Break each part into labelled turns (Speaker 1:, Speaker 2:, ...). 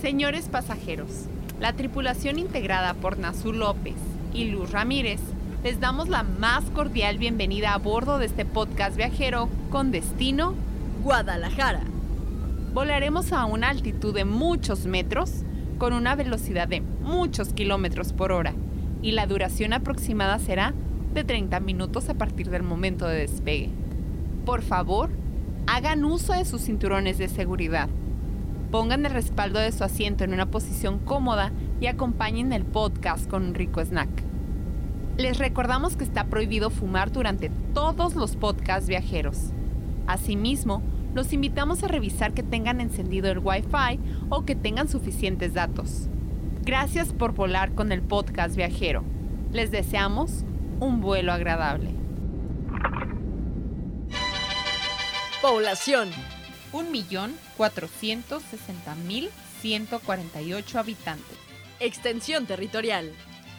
Speaker 1: Señores pasajeros, la tripulación integrada por Nazú López y Luz Ramírez les damos la más cordial bienvenida a bordo de este podcast viajero con destino
Speaker 2: Guadalajara.
Speaker 1: Volaremos a una altitud de muchos metros con una velocidad de muchos kilómetros por hora y la duración aproximada será de 30 minutos a partir del momento de despegue. Por favor, hagan uso de sus cinturones de seguridad. Pongan el respaldo de su asiento en una posición cómoda y acompañen el podcast con un rico snack. Les recordamos que está prohibido fumar durante todos los podcasts viajeros. Asimismo, los invitamos a revisar que tengan encendido el Wi-Fi o que tengan suficientes datos. Gracias por volar con el podcast viajero. Les deseamos un vuelo agradable.
Speaker 2: Población.
Speaker 1: 1.460.148 habitantes.
Speaker 2: Extensión territorial.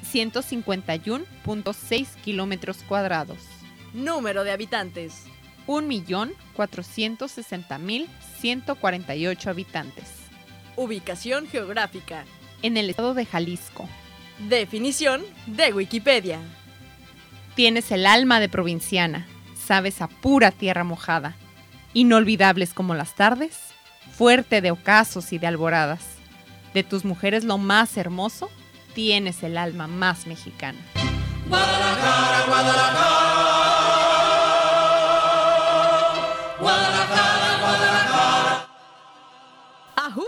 Speaker 1: 151.6 kilómetros cuadrados.
Speaker 2: Número de habitantes.
Speaker 1: 1.460.148 habitantes.
Speaker 2: Ubicación geográfica.
Speaker 1: En el estado de Jalisco.
Speaker 2: Definición de Wikipedia.
Speaker 1: Tienes el alma de provinciana. Sabes a pura tierra mojada. Inolvidables como las tardes. Fuerte de ocasos y de alboradas. De tus mujeres lo más hermoso. Tienes el alma más mexicana.
Speaker 3: Guadalajara, Guadalajara. Guadalajara, Guadalajara.
Speaker 2: ¡Ajúa!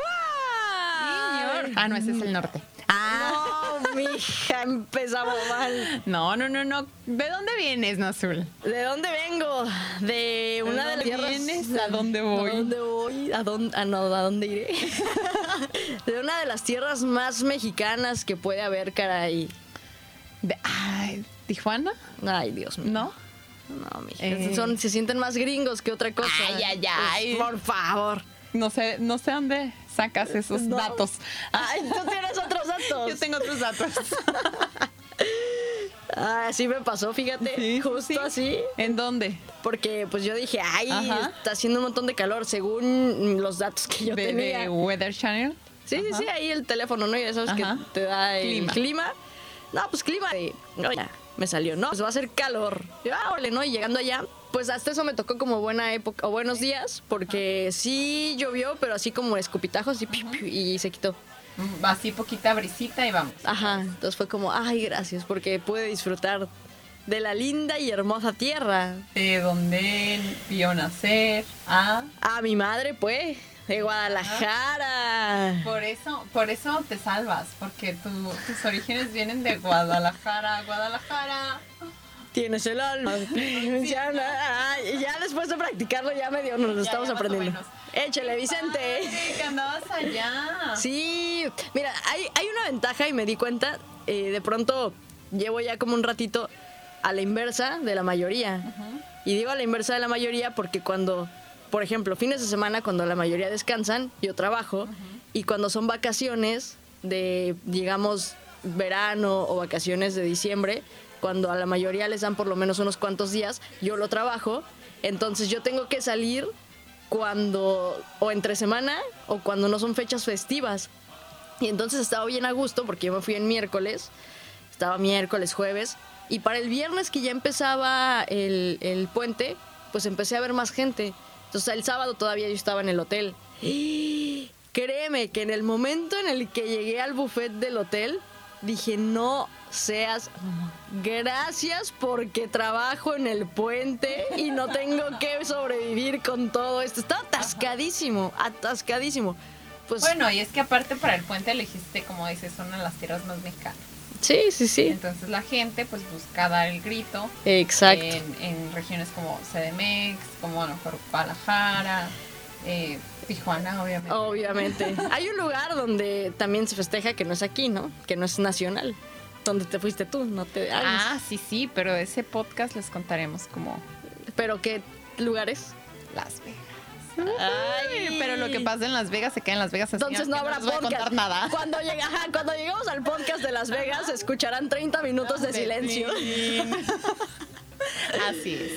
Speaker 1: Ah, no, ese es el norte.
Speaker 2: No, mija, empezamos mal.
Speaker 1: No, no, no, no. ¿De dónde vienes, Nazul?
Speaker 2: ¿De dónde vengo? De una de
Speaker 1: dónde
Speaker 2: las tierras.
Speaker 1: vienes? ¿A dónde voy?
Speaker 2: ¿A dónde voy? ¿A dónde, ah, no, ¿a dónde iré? de una de las tierras más mexicanas que puede haber, caray.
Speaker 1: De- ay, ¿Tijuana?
Speaker 2: Ay, Dios mío.
Speaker 1: ¿No?
Speaker 2: No, mija.
Speaker 1: Eh.
Speaker 2: Son, se sienten más gringos que otra cosa. Pues,
Speaker 1: Ay, ay, ay.
Speaker 2: Por favor.
Speaker 1: No sé, no sé dónde sacas esos
Speaker 2: No.
Speaker 1: datos.
Speaker 2: Ay, tú tienes otros datos.
Speaker 1: Yo tengo otros datos.
Speaker 2: Ah, así me pasó, fíjate. justo
Speaker 1: sí.
Speaker 2: así.
Speaker 1: ¿En dónde?
Speaker 2: Porque pues yo dije, ay,
Speaker 1: Ajá.
Speaker 2: está haciendo un montón de calor, según los datos que yo
Speaker 1: de,
Speaker 2: tenía.
Speaker 1: de Weather Channel.
Speaker 2: Sí, sí, sí, ahí el teléfono, ¿no? Ya sabes
Speaker 1: Ajá.
Speaker 2: que te da el
Speaker 1: Clima.
Speaker 2: clima. No, pues clima. Y, no, ya, me salió, ¿no? Pues va a ser calor. Y yo, ah, órale, ¿no? Y llegando allá, pues hasta eso me tocó como buena época, o buenos días, porque sí llovió, pero así como escupitajos y, piu, piu, y se quitó.
Speaker 1: Así poquita brisita y vamos.
Speaker 2: Ajá, entonces fue como, ay, gracias, porque pude disfrutar de la linda y hermosa tierra.
Speaker 1: De dónde vio nacer. Ah,
Speaker 2: A mi madre, pues, de Guadalajara.
Speaker 1: por eso, por eso te salvas, porque tu- tus orígenes vienen de Guadalajara, Guadalajara.
Speaker 2: Tienes el
Speaker 1: Ah,
Speaker 2: alma. ya, no- ay, ya después de practicarlo, ya medio nos lo
Speaker 1: Ya,
Speaker 2: estamos
Speaker 1: ya más o
Speaker 2: aprendiendo.
Speaker 1: menos. Ah,
Speaker 2: Échale,
Speaker 1: Ay,
Speaker 2: Vicente.
Speaker 1: que andabas allá.
Speaker 2: Sí, mira, hay, hay una ventaja y me di cuenta. eh, de pronto llevo ya como un ratito a la inversa de la mayoría. Y digo a la inversa de la mayoría porque cuando, por ejemplo, fines de semana, cuando la mayoría descansan, yo trabajo. Y cuando son vacaciones de, digamos, verano o vacaciones de diciembre, cuando a la mayoría les dan por lo menos unos cuantos días, yo lo trabajo. Entonces yo tengo que salir cuando, o entre semana, o cuando no son fechas festivas. Y entonces estaba bien a gusto porque yo me fui en miércoles, estaba miércoles, jueves, y para el viernes que ya empezaba el, el puente, pues empecé a ver más gente. Entonces el sábado todavía yo estaba en el hotel. Créeme que en el momento en el que llegué al buffet del hotel, dije, no seas... mamón. Gracias porque trabajo en el puente y no tengo que sobrevivir con todo esto. Estaba atascadísimo, atascadísimo. Pues
Speaker 1: Bueno, y es que aparte para el puente elegiste, como dices, una de las tierras más mexicanas.
Speaker 2: sí, sí, sí.
Speaker 1: Entonces la gente pues busca dar el grito
Speaker 2: Exacto.
Speaker 1: en, en regiones como CDMX, como a lo mejor Guadalajara, eh, Tijuana, obviamente.
Speaker 2: Oh, Obviamente. Hay un lugar donde también se festeja que no es aquí, ¿no? Que no es nacional. Donde te fuiste tú, no te hagas.
Speaker 1: Ah, sí, sí, pero ese podcast les contaremos como
Speaker 2: Pero qué lugares.
Speaker 1: Las Vegas.
Speaker 2: Ay.
Speaker 1: Pero lo que pasa en Las Vegas se queda en Las Vegas. así
Speaker 2: Entonces
Speaker 1: que
Speaker 2: no habrá
Speaker 1: les voy a
Speaker 2: podcast.
Speaker 1: contar nada.
Speaker 2: Cuando, llega, ajá, cuando llegamos al podcast de Las Vegas, escucharán
Speaker 1: Ah,
Speaker 2: 30 minutos de silencio.
Speaker 1: Así es.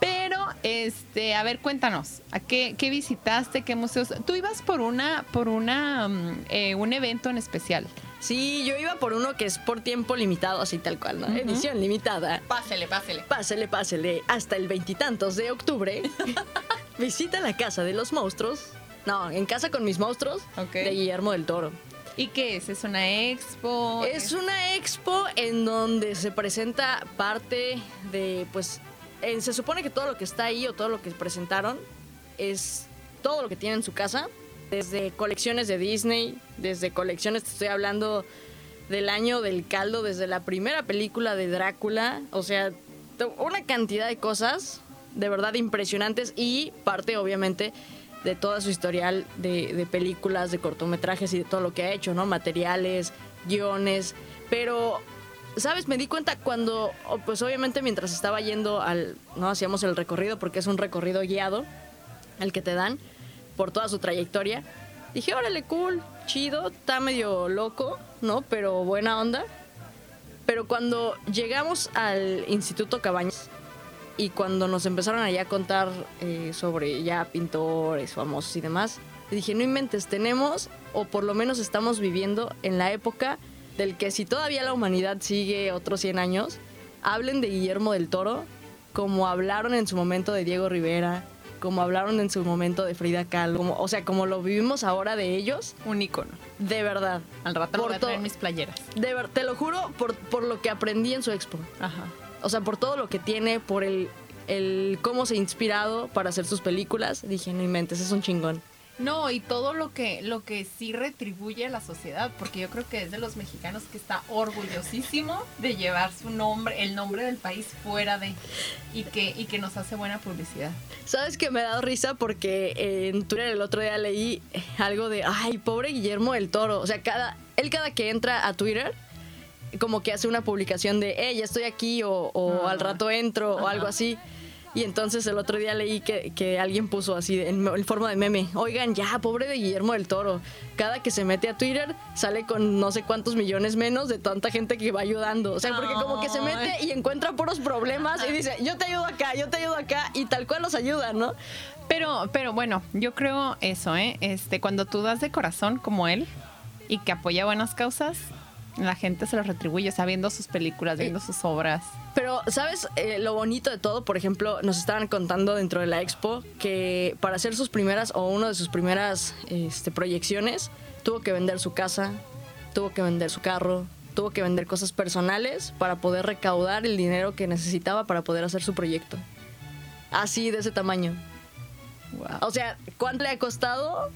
Speaker 1: Pero Este, a ver, cuéntanos, ¿a qué, qué visitaste? ¿Qué museos? Tú ibas por una, por una mm, eh, un evento en especial.
Speaker 2: Sí, yo iba por uno que es por tiempo limitado, así tal cual, ¿no?
Speaker 1: Ujú.
Speaker 2: Edición limitada.
Speaker 1: Pásele, pásele.
Speaker 2: Pásele, pásele, hasta el veintitantos de octubre. visita la casa de los monstruos. No, en casa con mis monstruos
Speaker 1: Ok.
Speaker 2: de Guillermo del Toro.
Speaker 1: ¿Y qué es? ¿Es una expo?
Speaker 2: Es una expo en donde se presenta parte de, pues, en- se supone que todo lo que está ahí o todo lo que presentaron es todo lo que tiene en su casa, desde colecciones de Disney, desde colecciones, te estoy hablando del año del caldo, desde la primera película de Drácula, o sea, to- una cantidad de cosas de verdad impresionantes y parte obviamente de toda su historial de, de películas, de cortometrajes y de todo lo que ha hecho, ¿no? Materiales, guiones, pero... ¿Sabes? Me di cuenta cuando, o, pues obviamente mientras estaba yendo al, no hacíamos el recorrido porque es un recorrido guiado, el que te dan por toda su trayectoria. Dije, órale, cool, chido, está medio loco, ¿no? Pero buena onda. Pero cuando llegamos al Instituto Cabañas y cuando nos empezaron allá a contar eh, sobre ya pintores famosos y demás, dije, no inventes, tenemos o por lo menos estamos viviendo en la época del que si todavía la humanidad sigue otros 100 años, hablen de Guillermo del Toro como hablaron en su momento de Diego Rivera, como hablaron en su momento de Frida Kahlo, como- o sea, como lo vivimos ahora de ellos,
Speaker 1: un icono.
Speaker 2: de verdad.
Speaker 1: Al rato me
Speaker 2: Por
Speaker 1: voy a traer
Speaker 2: to-
Speaker 1: mis playeras.
Speaker 2: De ver- te lo juro por, por lo que aprendí en su expo.
Speaker 1: Ajá.
Speaker 2: O sea, por todo lo que tiene, por el, el cómo se ha inspirado para hacer sus películas. Dije, no inventes, es un chingón.
Speaker 4: No, y todo lo que, lo que sí retribuye a la sociedad, porque yo creo que es de los mexicanos que está orgullosísimo de llevar su nombre, el nombre del país fuera de, y que, y que nos hace buena publicidad.
Speaker 2: ¿Sabes que me ha dado risa? Porque eh, en Twitter el otro día leí algo de, ay, pobre Guillermo del Toro. O sea, cada, él cada que entra a Twitter, como que hace una publicación de, hey, ya estoy aquí o, o
Speaker 1: Ah.
Speaker 2: al rato entro o algo así. Y entonces el otro día leí que, que alguien puso así de- en, en forma de meme, oigan, ya, pobre de Guillermo del Toro. Cada que se mete a Twitter sale con no sé cuántos millones menos de tanta gente que va ayudando. O sea, porque como que se mete y encuentra puros problemas y dice, yo te ayudo acá, yo te ayudo acá, y tal cual los ayuda, ¿no?
Speaker 1: Pero, pero bueno, yo creo eso, ¿eh? Este, cuando tú das de corazón como él y que apoya buenas causas, la gente se lo retribuye, o sea, viendo sus películas, viendo sus obras.
Speaker 2: Pero, ¿sabes eh, lo bonito de todo? Por ejemplo, nos estaban contando dentro de la expo que para hacer sus primeras o una de sus primeras este, proyecciones, tuvo que vender su casa, tuvo que vender su carro, tuvo que vender cosas personales para poder recaudar el dinero que necesitaba para poder hacer su proyecto. Así, de ese tamaño. O sea, ¿cuánto le ha costado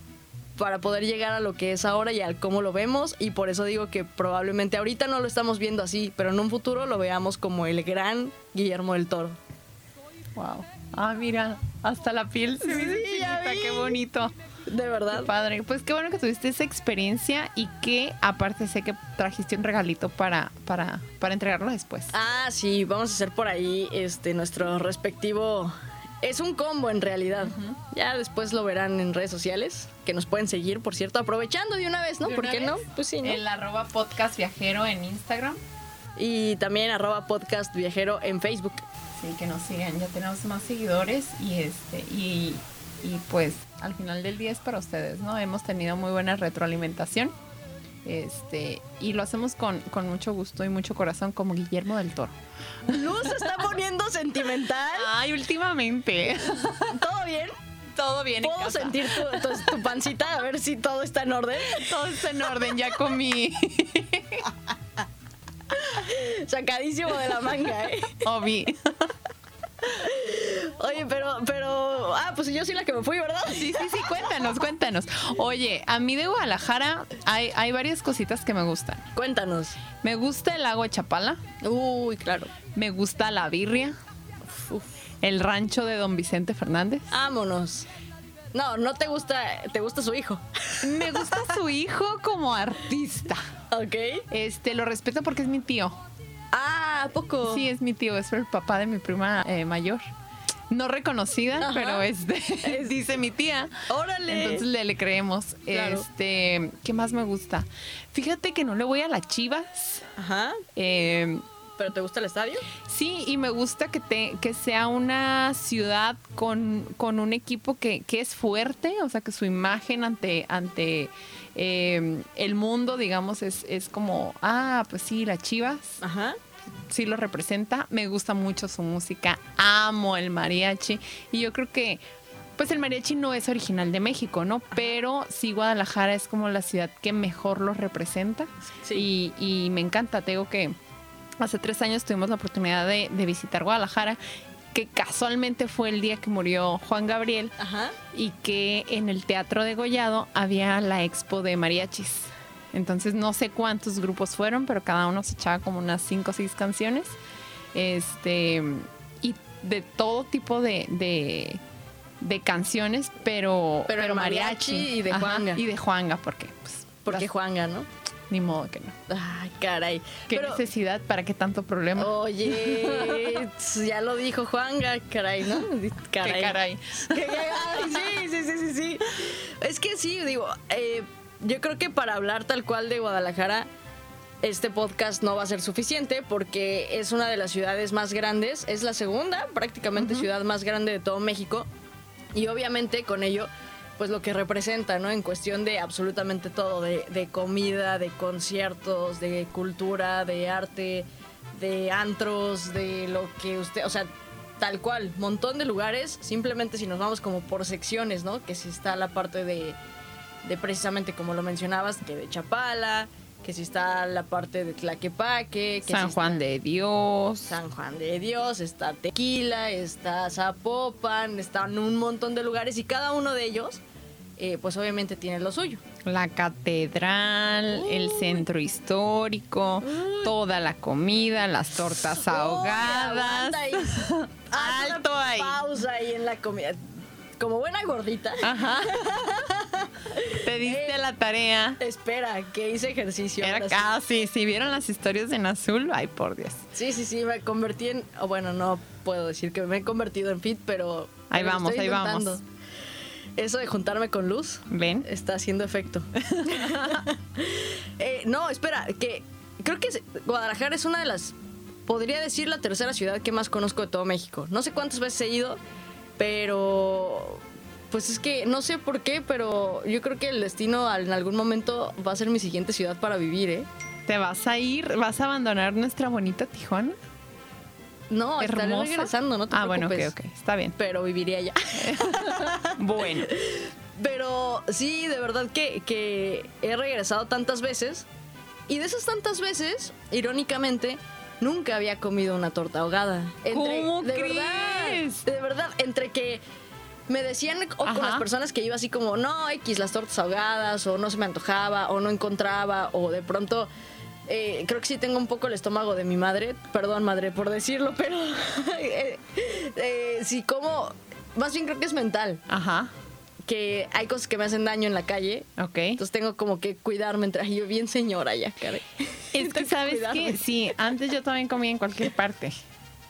Speaker 2: para poder llegar a lo que es ahora y al cómo lo vemos? Y por eso digo que probablemente ahorita no lo estamos viendo así, pero en un futuro lo veamos como el gran Guillermo del Toro.
Speaker 1: Wow. Ah, mira, hasta la piel se me hizo
Speaker 2: Sí, ya
Speaker 1: chinita,
Speaker 2: vi.
Speaker 1: qué bonito.
Speaker 2: De
Speaker 1: Qué
Speaker 2: verdad.
Speaker 1: padre. Pues qué bueno que tuviste esa experiencia y que aparte sé que trajiste un regalito para, para, para entregarlo después.
Speaker 2: Ah, sí, vamos a hacer por ahí este nuestro respectivo es un combo en realidad. Ya después lo verán en redes sociales, que nos pueden seguir, por cierto, aprovechando de una vez, ¿no?
Speaker 4: ¿De
Speaker 2: ¿Por
Speaker 4: una
Speaker 2: qué
Speaker 4: vez?
Speaker 2: no? Pues sí, ¿no?
Speaker 4: El arroba podcast viajero en Instagram.
Speaker 2: Y también arroba podcast viajero en Facebook.
Speaker 4: Sí, que nos sigan, ya tenemos más seguidores y este, y,
Speaker 1: Y pues al final del día es para ustedes, ¿no? Hemos tenido muy buena retroalimentación. Este, y lo hacemos con, con mucho gusto y mucho corazón como Guillermo del Toro.
Speaker 2: Luz se está poniendo sentimental.
Speaker 1: Ay, últimamente.
Speaker 2: ¿Todo bien?
Speaker 1: Todo bien.
Speaker 2: ¿Puedo sentir tu, tu- tu pancita? A ver si todo está en orden.
Speaker 1: Todo está en orden, ya comí.
Speaker 2: Sacadísimo de la manga, ¿eh?
Speaker 1: Obi.
Speaker 2: Oye, pero, pero... Ah, pues yo soy la que me fui, ¿verdad?
Speaker 1: Sí, sí, sí, cuéntanos, cuéntanos. Oye, a mí de Guadalajara hay, hay varias cositas que me gustan.
Speaker 2: Cuéntanos.
Speaker 1: Me gusta el lago de Chapala,
Speaker 2: Uy, claro.
Speaker 1: me gusta la birria,
Speaker 2: Uf, uf.
Speaker 1: el rancho de don Vicente Fernández.
Speaker 2: Vámonos. No, no te gusta... Te gusta su hijo.
Speaker 1: Me gusta su hijo como artista.
Speaker 2: ¿Ok?
Speaker 1: Este, lo respeto porque es mi tío.
Speaker 2: Ah, ¿a poco?
Speaker 1: Sí, es mi tío, es el papá de mi prima eh, mayor. No reconocida,
Speaker 2: Ajá.
Speaker 1: pero este,
Speaker 2: Es-
Speaker 1: dice mi tía.
Speaker 2: Órale.
Speaker 1: Entonces le, le creemos.
Speaker 2: Claro.
Speaker 1: Este, ¿qué más me gusta? Fíjate que no le voy a las chivas.
Speaker 2: Ajá.
Speaker 1: Eh,
Speaker 2: ¿Pero te gusta el estadio?
Speaker 1: Sí, y me gusta que, te, que sea una ciudad con, con un equipo que, que es fuerte, o sea, que su imagen ante, ante eh, el mundo, digamos, es, es como, ah, pues sí, las chivas,
Speaker 2: Ajá.
Speaker 1: sí lo representa. Me gusta mucho su música, amo el mariachi. Y yo creo que, pues el mariachi no es original de México, ¿no? Pero sí Guadalajara es como la ciudad que mejor lo representa.
Speaker 2: Sí.
Speaker 1: Y, y me encanta, te digo que hace tres años tuvimos la oportunidad de, de visitar Guadalajara, que casualmente fue el día que murió Juan Gabriel
Speaker 2: Ajá.
Speaker 1: y que en el Teatro de Gollado había la expo de mariachis. Entonces no sé cuántos grupos fueron, pero cada uno se echaba como unas 5 o 6 canciones. Este, y de todo tipo de, de, de canciones, pero,
Speaker 2: Pero mariachi y de
Speaker 1: Ajá,
Speaker 2: Juanga.
Speaker 1: Y de Juanga, porque pues,
Speaker 2: Porque
Speaker 1: las-
Speaker 2: Juanga, ¿no?
Speaker 1: ni modo que no.
Speaker 2: Ay, caray.
Speaker 1: ¿Qué
Speaker 2: Pero- Oh,
Speaker 1: necesidad? ¿Para qué tanto problema?
Speaker 2: Oye, tss, ya lo dijo Juanga, caray, ¿no? Caray.
Speaker 1: Qué caray.
Speaker 2: Qué caray, Sí, sí, sí, sí, sí. Es que sí, digo, eh, yo creo que para hablar tal cual de Guadalajara, este podcast no va a ser suficiente porque es una de las ciudades más grandes, es la segunda prácticamente ciudad más grande de todo México y obviamente con ello pues lo que representa, ¿no? En cuestión de absolutamente todo, de, de comida, de conciertos, de cultura, de arte, de antros, de lo que usted, o sea, tal cual, montón de lugares, simplemente si nos vamos como por secciones, ¿no? Que si está la parte de, de precisamente como lo mencionabas, que de Chapala, que si está la parte de Tlaquepaque, que si
Speaker 1: San
Speaker 2: está-
Speaker 1: Juan de Dios.
Speaker 2: San Juan de Dios, está Tequila, está Zapopan, están un montón de lugares y cada uno de ellos, eh, pues obviamente tiene lo suyo.
Speaker 1: La catedral, el centro histórico, toda la comida, las tortas ahogadas.
Speaker 2: Aguanta ahí. Haz una
Speaker 1: Alto ahí.
Speaker 2: Pausa ahí en la comida. Como buena gordita.
Speaker 1: Ajá. Te diste
Speaker 2: Eh,
Speaker 1: la tarea.
Speaker 2: Espera, que hice ejercicio.
Speaker 1: Era
Speaker 2: ahora sí.
Speaker 1: casi, si vieron las historias en azul, ay por Dios.
Speaker 2: Sí, sí, sí, me convertí en. o bueno, no puedo decir que me he convertido en fit, pero.
Speaker 1: Ahí
Speaker 2: pero lo
Speaker 1: vamos,
Speaker 2: estoy
Speaker 1: ahí vamos.
Speaker 2: intentando. Eso de juntarme con luz
Speaker 1: ¿Ven?
Speaker 2: está haciendo efecto. Eh, no, espera, que creo que es- Guadalajara es una de las. Podría decir la tercera ciudad que más conozco de todo México. No sé cuántas veces he ido, pero. Pues es que no sé por qué, pero yo creo que el destino al- en algún momento va a ser mi siguiente ciudad para vivir, ¿eh?
Speaker 1: ¿Te vas a ir? ¿Vas a abandonar nuestra bonita Tijuana?
Speaker 2: No, estaré
Speaker 1: Hermosa.
Speaker 2: regresando, no te
Speaker 1: ah, bueno, ok,
Speaker 2: preocupes.
Speaker 1: ok. Está bien.
Speaker 2: pero viviría allá.
Speaker 1: Bueno.
Speaker 2: Pero sí, de verdad que, que he regresado tantas veces. Y de esas tantas veces, irónicamente, nunca había comido una torta ahogada.
Speaker 1: ¿Cómo
Speaker 2: de
Speaker 1: crees?
Speaker 2: Verdad, de verdad, entre que me decían o con
Speaker 1: Ajá.
Speaker 2: las personas que iba así como, no, X, las tortas ahogadas, o no se me antojaba, o no encontraba, o de pronto... eh, creo que sí tengo un poco el estómago de mi madre, perdón madre por decirlo, pero eh, eh, sí como, más bien creo que es mental,
Speaker 1: Ajá.
Speaker 2: que hay cosas que me hacen daño en la calle.
Speaker 1: Ok.
Speaker 2: Entonces tengo como que cuidarme. entre- ay, Yo bien señora ya, caray.
Speaker 1: Es que sabes
Speaker 2: cuidarme.
Speaker 1: que sí, antes yo también comía en cualquier parte.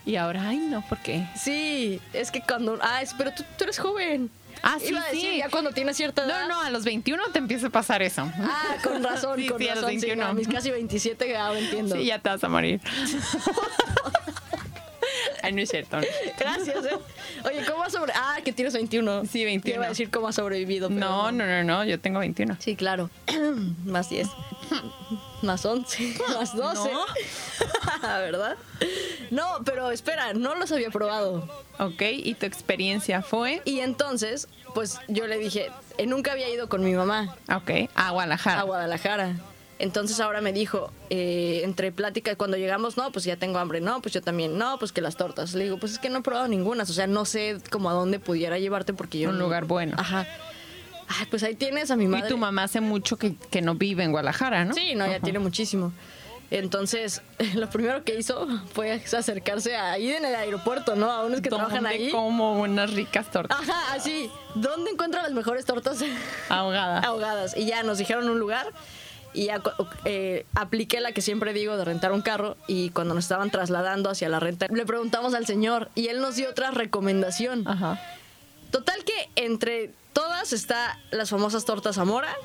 Speaker 1: Y ahora, ay no, ¿por qué?
Speaker 2: Sí, es que cuando... Ah, es- pero tú, tú eres joven.
Speaker 1: Ah, sí,
Speaker 2: Iba a decir,
Speaker 1: sí.
Speaker 2: ya cuando tienes cierta edad...
Speaker 1: No, no, a los 21 te empieza a pasar eso.
Speaker 2: Ah, con razón,
Speaker 1: Sí,
Speaker 2: con
Speaker 1: sí, a los
Speaker 2: razón. sí,
Speaker 1: 21.
Speaker 2: a mis casi 27 ahora entiendo.
Speaker 1: Sí, ya te vas a morir. Ay, no es cierto. no es cierto.
Speaker 2: Gracias, ¿eh? Oye, ¿cómo has sobre...? Ah, que tienes 21.
Speaker 1: Sí, 21.
Speaker 2: Te iba a decir cómo has sobrevivido. pero
Speaker 1: No, no, no, no, yo tengo 21.
Speaker 2: Sí, claro. más 10. más 11. Más 12. ¿Verdad? No, pero espera, no los había probado.
Speaker 1: Ok, ¿y tu experiencia fue?
Speaker 2: Y entonces, pues yo le dije, eh, nunca había ido con mi mamá
Speaker 1: Ok, a Guadalajara.
Speaker 2: a Guadalajara. Entonces ahora me dijo, eh, entre pláticas, cuando llegamos, no, pues ya tengo hambre, no, pues yo también, no, pues que las tortas. Le digo, pues es que no he probado ninguna, o sea, no sé como a dónde pudiera llevarte porque yo...
Speaker 1: Un
Speaker 2: no-
Speaker 1: lugar bueno.
Speaker 2: Ajá. Ay, pues ahí tienes a mi madre.
Speaker 1: Y tu mamá hace mucho que, que no vive en Guadalajara, ¿no?
Speaker 2: Sí, no, ya
Speaker 1: Ajá.
Speaker 2: tiene muchísimo. Entonces, lo primero que hizo fue acercarse ahí en el aeropuerto, ¿no? A unos que trabajan
Speaker 1: ¿Dónde
Speaker 2: ahí. Ah.
Speaker 1: como unas ricas tortas
Speaker 2: Ajá, así. ¿Dónde encuentro las mejores tortas?
Speaker 1: Ah. ahogadas.
Speaker 2: ahogadas. Y ya nos dijeron un lugar y ya, cu- eh, apliqué la que siempre digo de rentar un carro y cuando nos estaban trasladando hacia la renta le preguntamos al señor y él nos dio otra recomendación.
Speaker 1: Ajá.
Speaker 2: Total que entre todas está las famosas tortas Zamora,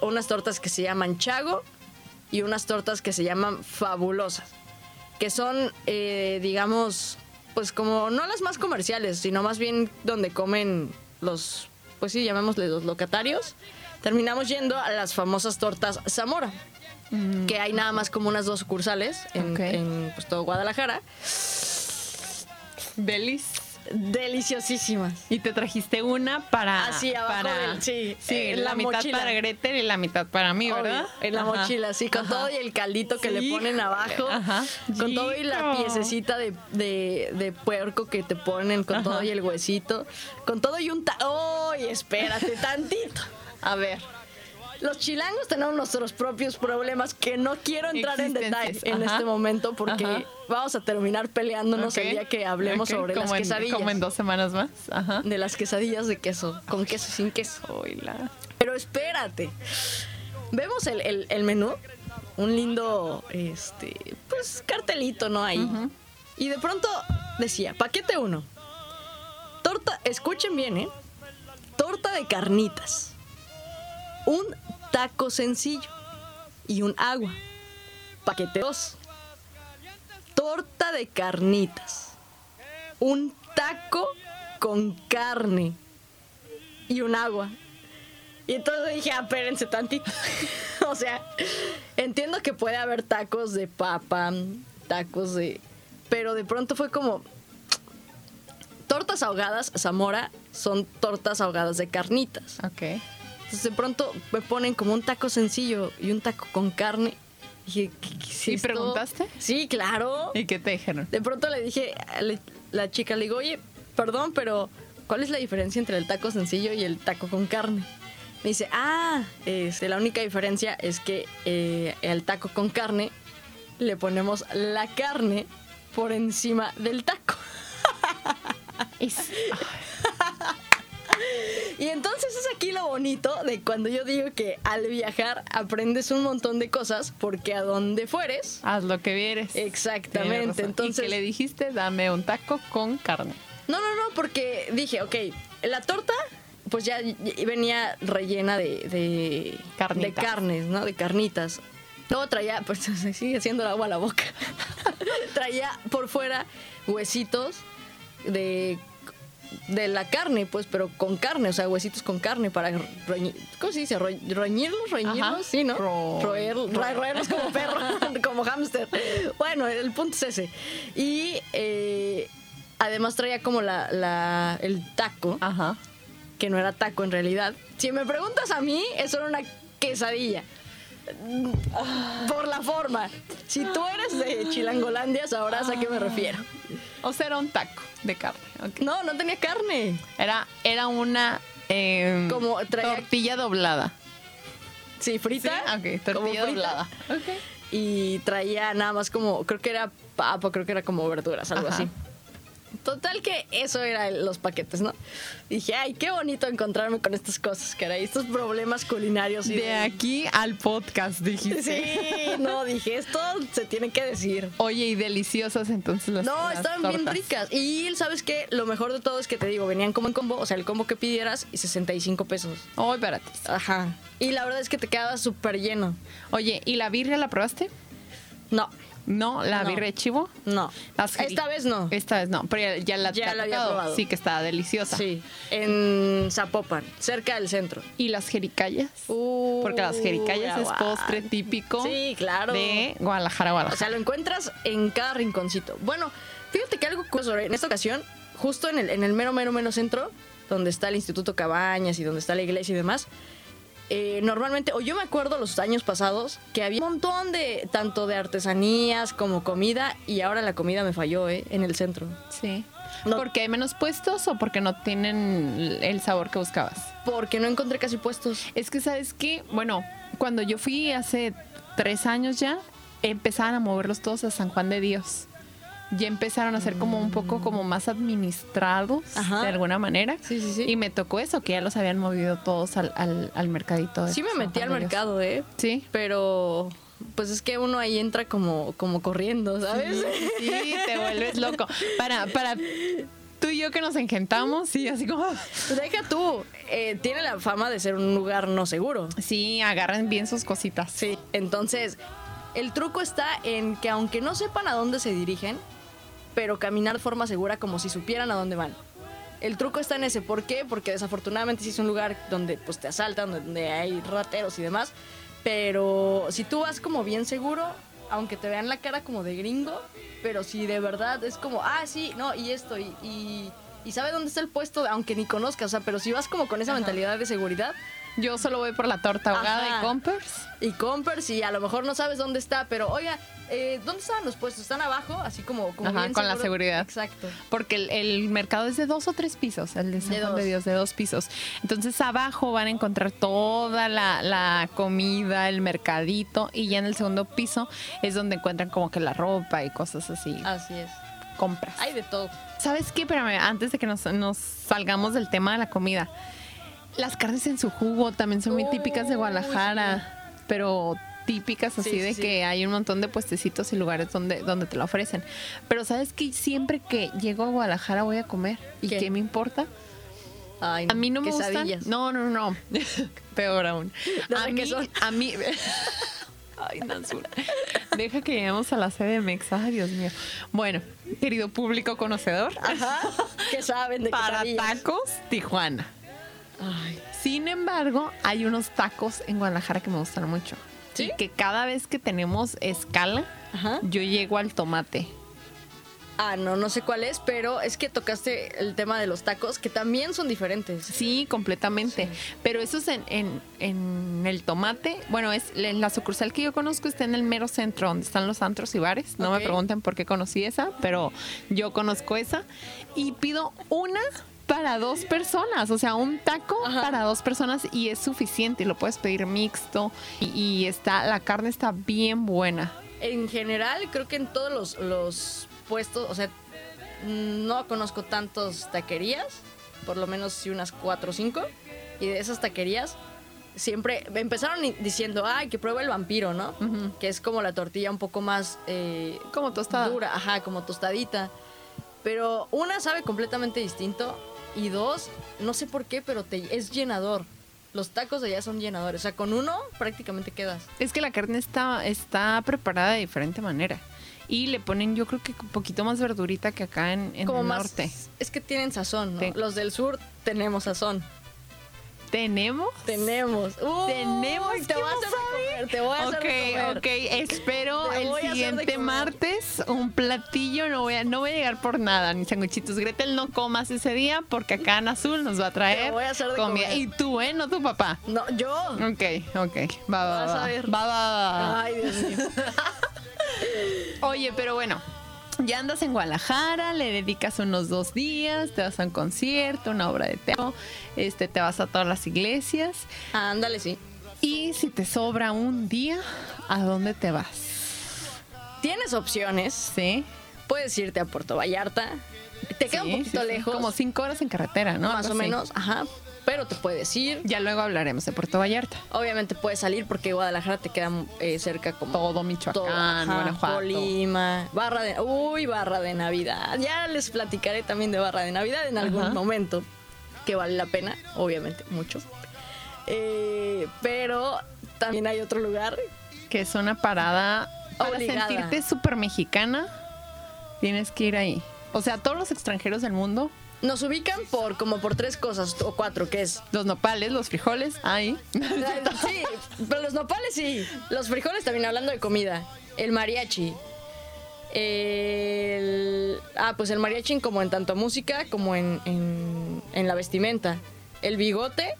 Speaker 2: unas tortas que se llaman Chago y unas tortas que se llaman Fabulosas. que son, eh, digamos, pues como no las más comerciales, sino más bien donde comen los, pues sí, llamémosle los locatarios, terminamos yendo a las famosas tortas Zamora, que hay nada más como unas dos sucursales en,
Speaker 4: Ok.
Speaker 2: en, pues, todo Guadalajara.
Speaker 1: Delis.
Speaker 2: Deliciosísimas.
Speaker 1: Y te trajiste una para.
Speaker 2: Así, Ah, abajo
Speaker 1: para-
Speaker 2: del- sí,
Speaker 1: sí,
Speaker 2: en
Speaker 1: la,
Speaker 2: la
Speaker 1: mitad
Speaker 2: mochila.
Speaker 1: para Gretel y la mitad para mí,
Speaker 2: Obvio,
Speaker 1: ¿verdad?
Speaker 2: en la
Speaker 1: Ajá.
Speaker 2: mochila, así con
Speaker 1: Ajá.
Speaker 2: todo y el caldito que le
Speaker 1: Sí,
Speaker 2: ponen abajo,
Speaker 1: ajá.
Speaker 2: con todo y la
Speaker 1: Chico.
Speaker 2: piececita de, de, de puerco que te ponen, con todo y el huesito, con todo y un... ta- ¡Ay, espérate tantito! A ver, los chilangos tenemos nuestros propios problemas que no quiero entrar en detalle
Speaker 1: Existentes,
Speaker 2: en
Speaker 1: ajá.
Speaker 2: este momento porque
Speaker 1: Ajá.
Speaker 2: vamos a terminar peleándonos
Speaker 1: Ok.
Speaker 2: el día que hablemos
Speaker 1: Ok,
Speaker 2: sobre las
Speaker 1: como en-
Speaker 2: quesadillas.
Speaker 1: Como en dos semanas más. Ajá.
Speaker 2: De las quesadillas de queso, con queso y sin queso.
Speaker 1: Oila.
Speaker 2: Pero espérate. Vemos el, el- el menú. Un lindo, este, pues cartelito, ¿no? Ahí. Y de pronto decía, paquete uno. Torta, escuchen bien, ¿eh? Torta de carnitas. Un taco sencillo. Y un agua. Paquete dos. Torta de carnitas. Un taco con carne. Y un agua. Y entonces dije, "Ah, espérense tantito. o sea, entiendo que puede haber tacos de papa, tacos de... Pero de pronto fue como... Tortas ahogadas, Zamora, son tortas ahogadas de carnitas.
Speaker 1: Ok.
Speaker 2: Entonces de pronto me ponen como un taco sencillo y un taco con carne. Dije, "¿Qué- qué es
Speaker 1: ¿Y
Speaker 2: esto?".
Speaker 1: preguntaste?
Speaker 2: Sí, claro.
Speaker 1: ¿Y qué te dijeron?
Speaker 2: De pronto le dije a la- la chica, le digo, oye, perdón, pero ¿cuál es la diferencia entre el taco sencillo y el taco con carne? Me dice, ah, este, la única diferencia es que eh, el taco con carne le ponemos la carne por encima del taco. Y entonces es aquí lo bonito de cuando yo digo que al viajar aprendes un montón de cosas porque a donde fueres,
Speaker 1: Haz lo que vieres.
Speaker 2: Exactamente,
Speaker 1: Tienes razón.
Speaker 2: entonces-
Speaker 1: ¿Y qué le dijiste? Dame un taco con carne.
Speaker 2: No, no, no, porque dije, ok, la torta pues ya y- y venía rellena de, de, de
Speaker 1: Carnitas.
Speaker 2: carnes, ¿no? De carnitas. Luego traía, pues se sigue haciendo el agua a la boca. traía por fuera huesitos de, de la carne, pues, pero con carne, o sea, huesitos con carne para roñir. ¿Cómo se dice? Roñ- Roñirlos, roñirlos,
Speaker 1: Ajá.
Speaker 2: sí, ¿no?
Speaker 1: Ro-
Speaker 2: Roerlos, roerlos como perro, como hámster. Bueno, el punto es ese. Y eh, además traía como la, la- el taco,
Speaker 1: Ajá.
Speaker 2: que no era taco en realidad. Si me preguntas a mí, eso era una quesadilla. Por la forma. Si tú eres de Chilangolandia, sabrás a qué me refiero.
Speaker 1: O sea, era un taco de carne. ok.
Speaker 2: No, no tenía carne.
Speaker 1: Era, era una em,
Speaker 2: Como traía-
Speaker 1: tortilla doblada.
Speaker 2: Sí,
Speaker 1: ¿Sí?
Speaker 2: frita.
Speaker 1: Ok,
Speaker 2: como
Speaker 1: tortilla
Speaker 2: frita.
Speaker 1: doblada. Ok.
Speaker 2: y traía nada más como, creo que era papa, creo que era como verduras, algo
Speaker 1: Ajá.
Speaker 2: así. Total que eso eran los paquetes, ¿no? Dije, ay, qué bonito encontrarme con estas cosas, caray, estos problemas culinarios. y
Speaker 1: De aquí al podcast, dijiste.
Speaker 2: Sí, no, dije, esto se tiene que decir.
Speaker 1: Oye, y deliciosas entonces las
Speaker 2: No,
Speaker 1: las
Speaker 2: estaban bien
Speaker 1: tortas.
Speaker 2: ricas. Y sabes qué, lo mejor de todo es que te digo, venían como en combo, o sea, el combo que pidieras y 65 pesos.
Speaker 1: Ay, baratas.
Speaker 2: Ajá. Y la verdad es que te quedaba súper lleno.
Speaker 1: Oye, ¿y la birria la probaste?
Speaker 2: No,
Speaker 1: No, la
Speaker 2: No.
Speaker 1: birria de chivo.
Speaker 2: no.
Speaker 1: Las jeri-
Speaker 2: Esta vez no.
Speaker 1: Esta vez no, pero ya, ya la,
Speaker 2: Ya
Speaker 1: te ha
Speaker 2: la había
Speaker 1: tocado.
Speaker 2: probado.
Speaker 1: Sí, que estaba deliciosa.
Speaker 2: Sí, en Zapopan, cerca del centro.
Speaker 1: ¿Y las jericayas? Porque las jericayas es
Speaker 2: aguanta.
Speaker 1: postre típico
Speaker 2: Uh, Sí, claro.
Speaker 1: de Guadalajara,
Speaker 2: O
Speaker 1: Guadalajara.
Speaker 2: sea, lo encuentras en cada rinconcito. Bueno, fíjate que algo curioso, ¿eh? en esta ocasión, justo en el, en el mero, mero, mero centro, donde está el Instituto Cabañas y donde está la iglesia y demás, eh, normalmente, o yo me acuerdo los años pasados, que había un montón de, tanto de artesanías como comida, y ahora la comida me falló, ¿eh? En el centro.
Speaker 1: sí.
Speaker 2: No.
Speaker 1: ¿Porque hay menos puestos o porque no tienen el sabor que buscabas?
Speaker 2: Porque no encontré casi puestos.
Speaker 1: Es que, ¿sabes qué? Bueno, cuando yo fui hace tres años ya, empezaban a moverlos todos a San Juan de Dios. Ya empezaron a ser como un poco como más administrados
Speaker 2: Ajá.
Speaker 1: de alguna manera.
Speaker 2: Sí, sí, sí.
Speaker 1: Y me tocó eso, que ya los habían movido todos al, al, al mercadito. de
Speaker 2: Sí me
Speaker 1: San
Speaker 2: metí
Speaker 1: Juan
Speaker 2: al
Speaker 1: de Dios.
Speaker 2: mercado, ¿eh?
Speaker 1: Sí.
Speaker 2: Pero, pues es que uno ahí entra como, como corriendo, ¿sabes?
Speaker 1: Sí, te vuelves loco. Para, para tú y yo que nos engentamos, sí, así como.
Speaker 2: Deja tú, eh, tiene la fama de ser un lugar no seguro.
Speaker 1: Sí, agarran bien sus cositas.
Speaker 2: Sí, entonces El truco está en que aunque no sepan a dónde se dirigen, pero caminar de forma segura como si supieran a dónde van. El truco está en ese. ¿Por qué? Porque desafortunadamente sí es un lugar donde pues, te asaltan, donde hay rateros y demás. Pero si tú vas como bien seguro, aunque te vean la cara como de gringo, pero si de verdad es como, ah, sí, no, y esto, y, y, y sabe dónde está el puesto, aunque ni conozcas, o sea, pero si vas como con esa mentalidad de seguridad,
Speaker 1: Yo solo voy por la torta ahogada
Speaker 2: Ajá.
Speaker 1: y compers.
Speaker 2: y compras y a lo mejor no sabes dónde está, pero oiga, eh, ¿dónde estaban los puestos? ¿Están abajo? Así como, como
Speaker 1: Ajá,
Speaker 2: bien
Speaker 1: con la
Speaker 2: seguro.
Speaker 1: seguridad.
Speaker 2: Exacto.
Speaker 1: Porque el, el mercado es de dos o tres pisos, el de San
Speaker 2: De
Speaker 1: Juan
Speaker 2: dos.
Speaker 1: de Dios, de dos pisos. Entonces abajo van a encontrar toda la, la comida, el mercadito, y ya en el segundo piso es donde encuentran como que la ropa y cosas así,
Speaker 2: Así es.
Speaker 1: compras.
Speaker 2: Hay de todo.
Speaker 1: ¿Sabes qué? Espérame, antes de que nos, nos salgamos del tema de la comida. Las carnes en su jugo también son muy típicas de
Speaker 2: Uy,
Speaker 1: Guadalajara, pero típicas así
Speaker 2: Sí,
Speaker 1: de
Speaker 2: sí.
Speaker 1: que hay un montón de puestecitos y lugares donde, donde te la ofrecen. Pero ¿sabes qué? Siempre que llego a Guadalajara voy a comer. ¿Y qué,
Speaker 2: ¿Qué?
Speaker 1: me importa?
Speaker 2: Ay,
Speaker 1: A mí no me gustan.
Speaker 2: quesadillas.
Speaker 1: No, no, no. Peor aún.
Speaker 2: No sé
Speaker 1: a,
Speaker 2: qué
Speaker 1: mí,
Speaker 2: son.
Speaker 1: a mí. Ay, Nanzul. Deja que lleguemos a la sede de Mex. Ay, Dios mío. Bueno, querido público conocedor
Speaker 2: Ajá. ¿Qué saben de
Speaker 1: para
Speaker 2: quesadillas?
Speaker 1: tacos Tijuana.
Speaker 2: Ay.
Speaker 1: Sin embargo, hay unos tacos en Guadalajara que me gustan mucho.
Speaker 2: ¿Sí?
Speaker 1: Y que cada vez que tenemos escala,
Speaker 2: Ajá.
Speaker 1: yo llego al tomate.
Speaker 2: Ah, no, no sé cuál es, pero es que tocaste el tema de los tacos, que también son diferentes.
Speaker 1: Sí, completamente. Pero eso es en, en- en el tomate. Bueno, es la la sucursal que yo conozco está en el mero centro, donde están los antros y bares. No me
Speaker 2: Ok.
Speaker 1: pregunten por qué conocí esa, pero yo conozco esa. Y pido una para dos personas, o sea, un taco
Speaker 2: Ajá.
Speaker 1: para dos personas y es suficiente. Lo puedes pedir mixto y, y está la carne está bien buena.
Speaker 2: En general, creo que en todos los, los puestos, o sea, no conozco tantos taquerías, por lo menos sí unas cuatro o cinco, y de esas taquerías siempre me empezaron i- diciendo, ay, que prueba el vampiro, ¿no?
Speaker 1: Ujú.
Speaker 2: Que es como la tortilla un poco más eh,
Speaker 1: Como tostada.
Speaker 2: dura, ajá, como tostadita. Pero una sabe completamente distinto y dos, no sé por qué, pero te, es llenador. Los tacos de allá son llenadores, o sea, con uno prácticamente quedas.
Speaker 1: Es que la carne está, está preparada de diferente manera. Y le ponen, yo creo que un poquito más verdurita que acá en, en el norte.
Speaker 2: Es que tienen sazón, ¿no?
Speaker 1: Sí.
Speaker 2: Los del sur tenemos sazón.
Speaker 1: ¿Tenemos?
Speaker 2: Tenemos. Uy,
Speaker 1: Tenemos que
Speaker 2: Te voy a hacer
Speaker 1: no
Speaker 2: de comer, te voy a hacer
Speaker 1: Ok,
Speaker 2: de comer.
Speaker 1: ok, espero
Speaker 2: Te voy a hacer
Speaker 1: el
Speaker 2: de
Speaker 1: siguiente
Speaker 2: comer.
Speaker 1: martes un platillo, no voy, a, no voy a llegar por nada, ni sanguchitos. Gretel, no comas ese día porque acá en Azul nos va a traer
Speaker 2: Te voy a hacer de
Speaker 1: comida.
Speaker 2: comer.
Speaker 1: Y tú, ¿eh? No tu papá.
Speaker 2: No, yo.
Speaker 1: Ok, ok, va, va,
Speaker 2: Vas
Speaker 1: va.
Speaker 2: a ver.
Speaker 1: Va, va, va.
Speaker 2: Ay, Dios mío.
Speaker 1: Oye, pero bueno, ya andas en Guadalajara, le dedicas unos dos días, te vas a un concierto, una obra de teatro, este, te vas a todas las iglesias
Speaker 2: Ándale, sí.
Speaker 1: y si te sobra un día, ¿a dónde te vas?
Speaker 2: Tienes opciones.
Speaker 1: Sí.
Speaker 2: Puedes irte a Puerto Vallarta. Te queda
Speaker 1: Sí,
Speaker 2: un poquito
Speaker 1: sí, sí.
Speaker 2: lejos.
Speaker 1: Como cinco horas en carretera, ¿no?
Speaker 2: más
Speaker 1: Algo
Speaker 2: o
Speaker 1: así.
Speaker 2: menos. Ajá. Pero te puedes ir.
Speaker 1: Ya luego hablaremos de Puerto Vallarta.
Speaker 2: Obviamente puedes salir porque Guadalajara te queda eh, cerca como
Speaker 1: Todo Michoacán,
Speaker 2: ajá,
Speaker 1: Guanajuato.
Speaker 2: Colima, barra de, uy, barra de Navidad. Ya les platicaré también de barra de Navidad en algún
Speaker 1: Ajá.
Speaker 2: momento, que vale la pena, obviamente, mucho. Eh, pero también hay otro lugar.
Speaker 1: Que es una parada para
Speaker 2: Obligada.
Speaker 1: sentirte súper mexicana. Tienes que ir ahí. O sea, todos los extranjeros del mundo,
Speaker 2: Nos ubican por como por tres cosas o cuatro, que es
Speaker 1: los nopales, los frijoles, ahí.
Speaker 2: sí, pero los nopales sí, los frijoles también hablando de comida, el mariachi. El, ah, pues el mariachi en como en tanto música como en, en, en la vestimenta. El bigote,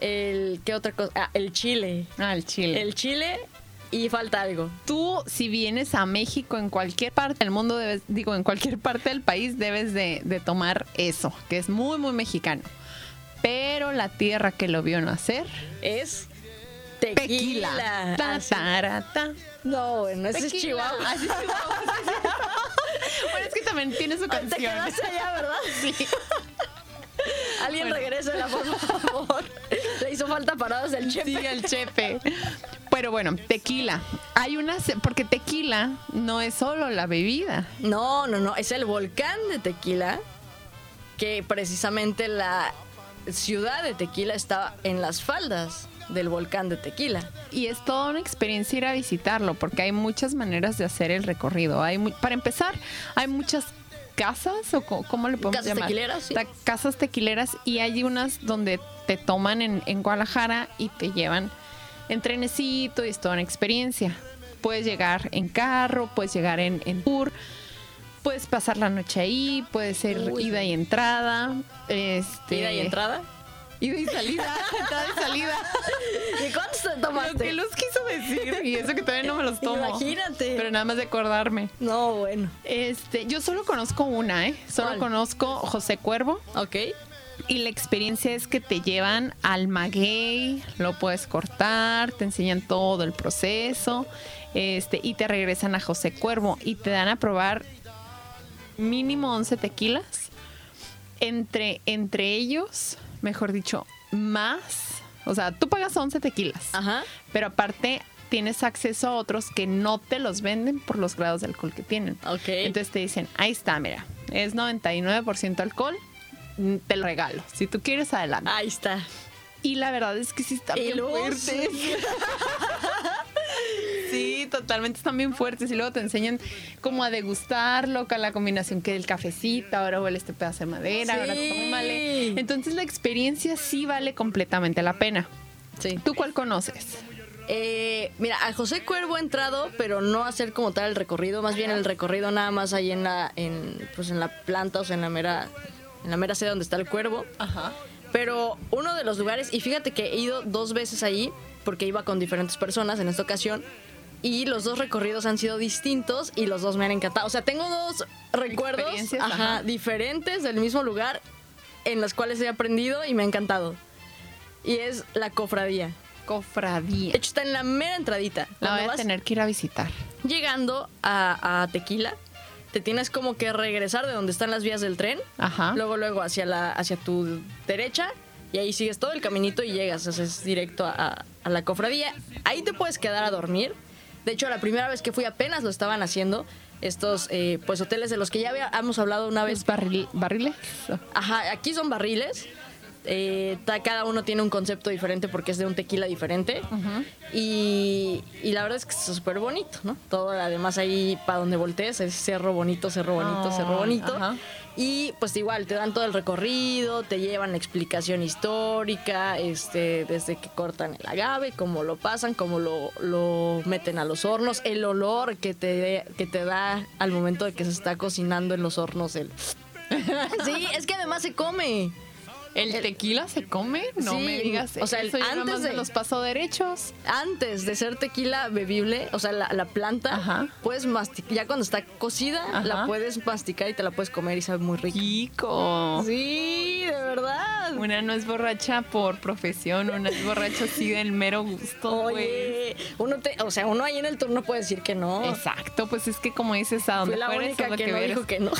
Speaker 2: el qué otra cosa, Ah, el chile.
Speaker 1: Ah, el chile.
Speaker 2: El chile y falta algo.
Speaker 1: Tú, si vienes a México, en cualquier parte del mundo, debes, digo, en cualquier parte del país, debes de, de tomar eso, que es muy, muy mexicano. Pero la tierra que lo vio nacer,
Speaker 2: Es
Speaker 1: tequila.
Speaker 2: tequila.
Speaker 1: Ta,
Speaker 2: Así.
Speaker 1: tarata.
Speaker 2: No, bueno, ese es
Speaker 1: Tequila.
Speaker 2: Chihuahua.
Speaker 1: Así es Chihuahua, sí, sí. bueno, es que también tiene su
Speaker 2: Te
Speaker 1: canción.
Speaker 2: quedaste allá, ¿verdad? Sí. Alguien
Speaker 1: Bueno.
Speaker 2: regrese la voz, por favor. Le hizo falta paradas del chepe.
Speaker 1: Sí, el chepe. Pero bueno, tequila. Hay una, se- porque tequila no es solo la bebida.
Speaker 2: No, no, no. Es el volcán de Tequila. Que precisamente la ciudad de Tequila está en las faldas. del volcán de Tequila.
Speaker 1: Y es toda una experiencia ir a visitarlo, porque hay muchas maneras de hacer el recorrido. Hay mu- para empezar, hay muchas casas o co- cómo le podemos
Speaker 2: Casas
Speaker 1: llamar?
Speaker 2: tequileras, sí.
Speaker 1: Ta- Casas tequileras y hay unas donde te toman en, en Guadalajara y te llevan en trenecito y es toda una experiencia. Puedes llegar en carro, puedes llegar en, en tour, puedes pasar la noche ahí, puede ser
Speaker 2: Uy.
Speaker 1: ida y entrada. Este,
Speaker 2: Ida y entrada.
Speaker 1: Ida y salida, entrada y salida.
Speaker 2: ¿Y cuántos te
Speaker 1: Lo que
Speaker 2: tomaste?
Speaker 1: los quiso decir. Y eso que todavía no me los tomo.
Speaker 2: Imagínate.
Speaker 1: Pero nada más de acordarme.
Speaker 2: No, bueno.
Speaker 1: Este, yo solo conozco una, ¿eh? Solo
Speaker 2: ¿Cuál?
Speaker 1: conozco José Cuervo.
Speaker 2: Ok.
Speaker 1: Y la experiencia es que te llevan al maguey, lo puedes cortar, te enseñan todo el proceso. Este, y te regresan a José Cuervo y te dan a probar mínimo 11 tequilas. Entre, entre ellos, mejor dicho, más. O sea, tú pagas 11 tequilas.
Speaker 2: Ajá.
Speaker 1: Pero aparte tienes acceso a otros que no te los venden por los grados de alcohol que tienen.
Speaker 2: Ok.
Speaker 1: Entonces te dicen, ahí está, mira, es 99% alcohol, mm, te lo regalo. Si tú quieres, adelante.
Speaker 2: Ahí está.
Speaker 1: Y la verdad es que sí están
Speaker 2: Ah. Y
Speaker 1: bien
Speaker 2: luego,
Speaker 1: fuertes. Sí, totalmente están bien fuertes. Y luego te enseñan cómo a degustarlo, con la combinación que el cafecito, ahora huele este pedazo de madera, ahora
Speaker 2: Sí.
Speaker 1: tómale. Entonces la experiencia sí vale completamente la pena.
Speaker 2: Sí.
Speaker 1: ¿Tú cuál conoces?
Speaker 2: Eh, mira, a José Cuervo he entrado, pero no a hacer como tal el recorrido, más bien el recorrido nada más ahí en la, en, pues en la planta, o sea, en la mera, en la mera sede donde está el cuervo.
Speaker 4: Ajá.
Speaker 2: Pero uno de los lugares, y fíjate que he ido dos veces ahí, porque iba con diferentes personas en esta ocasión, y los dos recorridos han sido distintos y los dos me han encantado. O sea, tengo dos recuerdos
Speaker 1: Experiencias,
Speaker 2: ajá,
Speaker 1: ajá.
Speaker 2: diferentes del mismo lugar en los cuales he aprendido y me ha encantado. Y es la cofradía.
Speaker 1: Cofradía.
Speaker 2: De hecho, está en la mera entradita.
Speaker 1: La
Speaker 2: Cuando
Speaker 1: voy a
Speaker 2: vas
Speaker 1: tener que ir a visitar.
Speaker 2: llegando a, a Tequila, te tienes como que regresar de donde están las vías del tren.
Speaker 1: Ajá.
Speaker 2: Luego, luego hacia, la, hacia tu derecha. Y ahí sigues todo el caminito y llegas. o sea, es directo a- a, a la cofradía. Ahí te puedes quedar a dormir. De hecho, la primera vez que fui apenas lo estaban haciendo. Estos eh, pues hoteles de los que ya habíamos hablado una vez.
Speaker 1: ¿Ves barril- barriles?
Speaker 2: Ajá, aquí son barriles. Eh, ta- cada uno tiene un concepto diferente porque es de un tequila diferente. y, y la verdad es que es súper bonito, ¿no? Todo además ahí para donde voltees es cerro bonito, cerro bonito,
Speaker 1: Ay,
Speaker 2: cerro bonito.
Speaker 1: ajá.
Speaker 2: Y pues igual te dan todo el recorrido, te llevan la explicación histórica, este, desde que cortan el agave, cómo lo pasan, cómo lo, lo meten a los hornos, el olor que te, que te da al momento de que se está cocinando en los hornos el... sí, es que además se come.
Speaker 1: ¿El tequila se come? No
Speaker 2: Sí,
Speaker 1: me digas.
Speaker 2: o sea, el-
Speaker 1: eso yo
Speaker 2: antes
Speaker 1: nomás
Speaker 2: de-
Speaker 1: me los paso derechos.
Speaker 2: antes de ser tequila bebible, o sea, la, la planta,
Speaker 1: Ajá.
Speaker 2: puedes masticar, ya cuando está cocida,
Speaker 1: Ajá.
Speaker 2: la puedes masticar y te la puedes comer y sabe muy rica.
Speaker 1: Chico.
Speaker 2: Sí, de verdad.
Speaker 1: Una no es borracha por profesión, una es borracha así del mero gusto, güey.
Speaker 2: Oye, uno te, o sea, uno ahí en el turno puede decir que no.
Speaker 1: Exacto, pues es que como dices, a
Speaker 2: Fui
Speaker 1: donde
Speaker 2: la
Speaker 1: fueres es
Speaker 2: única
Speaker 1: lo
Speaker 2: que,
Speaker 1: que,
Speaker 2: no
Speaker 1: veres.
Speaker 2: dijo que no.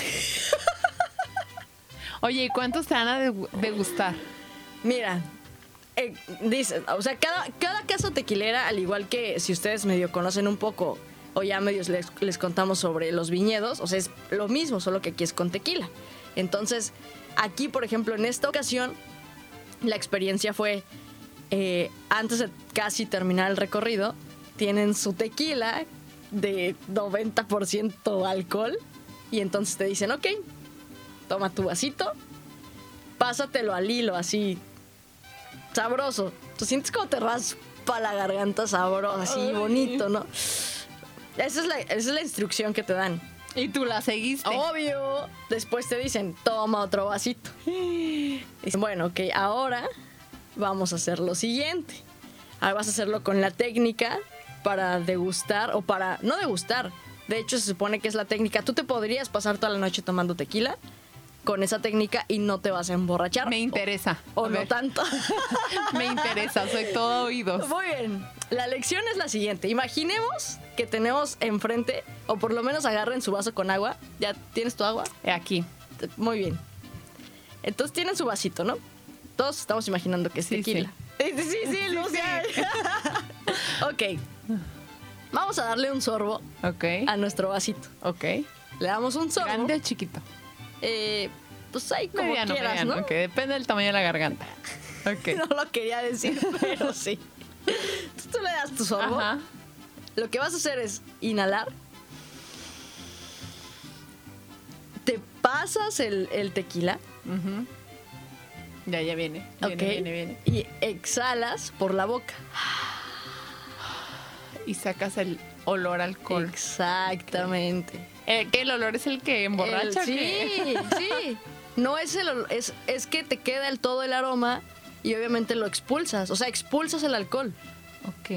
Speaker 1: Oye, ¿y cuántos te van a degu- degustar?
Speaker 2: Mira, eh, dicen, o sea, cada, cada casa tequilera, al igual que si ustedes medio conocen un poco o ya medio les, les contamos sobre los viñedos, o sea, es lo mismo, solo que aquí es con tequila. Entonces, aquí, por ejemplo, en esta ocasión, la experiencia fue, eh, antes de casi terminar el recorrido, tienen su tequila de 90% alcohol y entonces te dicen, ok, toma tu vasito, pásatelo al hilo así, sabroso. Tú sientes como te raspa la garganta sabroso, así bonito, ¿no? Esa es, la, esa es la instrucción que te dan.
Speaker 1: Y tú la seguiste.
Speaker 2: Obvio. Después te dicen, toma otro vasito. Dicen, bueno, ok, ahora vamos a hacer lo siguiente. Ahora vas a hacerlo con la técnica para degustar o para no degustar. De hecho, se supone que es la técnica. Tú te podrías pasar toda la noche tomando tequila con esa técnica y no te vas a emborrachar.
Speaker 1: Me interesa.
Speaker 2: O, o
Speaker 1: A
Speaker 2: no
Speaker 1: ver,
Speaker 2: tanto.
Speaker 1: Me interesa, soy todo oídos.
Speaker 2: Muy bien. La lección es la siguiente. Imaginemos que tenemos enfrente, o por lo menos agarren su vaso con agua. ¿Ya tienes tu agua?
Speaker 1: Aquí.
Speaker 2: Muy bien. Entonces tienen su vasito, ¿no? Todos estamos imaginando que es
Speaker 1: Sí,
Speaker 2: tequila. Sí, sí, sí, Lucia. ok. Vamos a darle un sorbo
Speaker 1: Ok.
Speaker 2: a nuestro vasito.
Speaker 1: Ok.
Speaker 2: Le damos un sorbo.
Speaker 1: ¿Grande o chiquito?
Speaker 2: Eh, pues ahí como
Speaker 1: Mediano,
Speaker 2: quieras,
Speaker 1: mediano,
Speaker 2: ¿no?
Speaker 1: ok, depende del tamaño de la garganta. Ok.
Speaker 2: No lo quería decir, pero sí. Entonces, tú le das tu sorbo.
Speaker 1: Ajá.
Speaker 2: Lo que vas a hacer es inhalar. Te pasas el, el tequila.
Speaker 1: Ujú. Ya, ya viene. Viene,
Speaker 2: ok.
Speaker 1: viene, viene.
Speaker 2: Y exhalas por la boca.
Speaker 1: Y sacas el olor a alcohol.
Speaker 2: Exactamente.
Speaker 1: Eh, ¿Qué? ¿El olor es el que emborracha? o
Speaker 2: El-
Speaker 1: qué?
Speaker 2: sí, sí. No es el olor, es, es que te queda el todo el aroma y obviamente lo expulsas. O sea, expulsas el alcohol.
Speaker 1: Ok.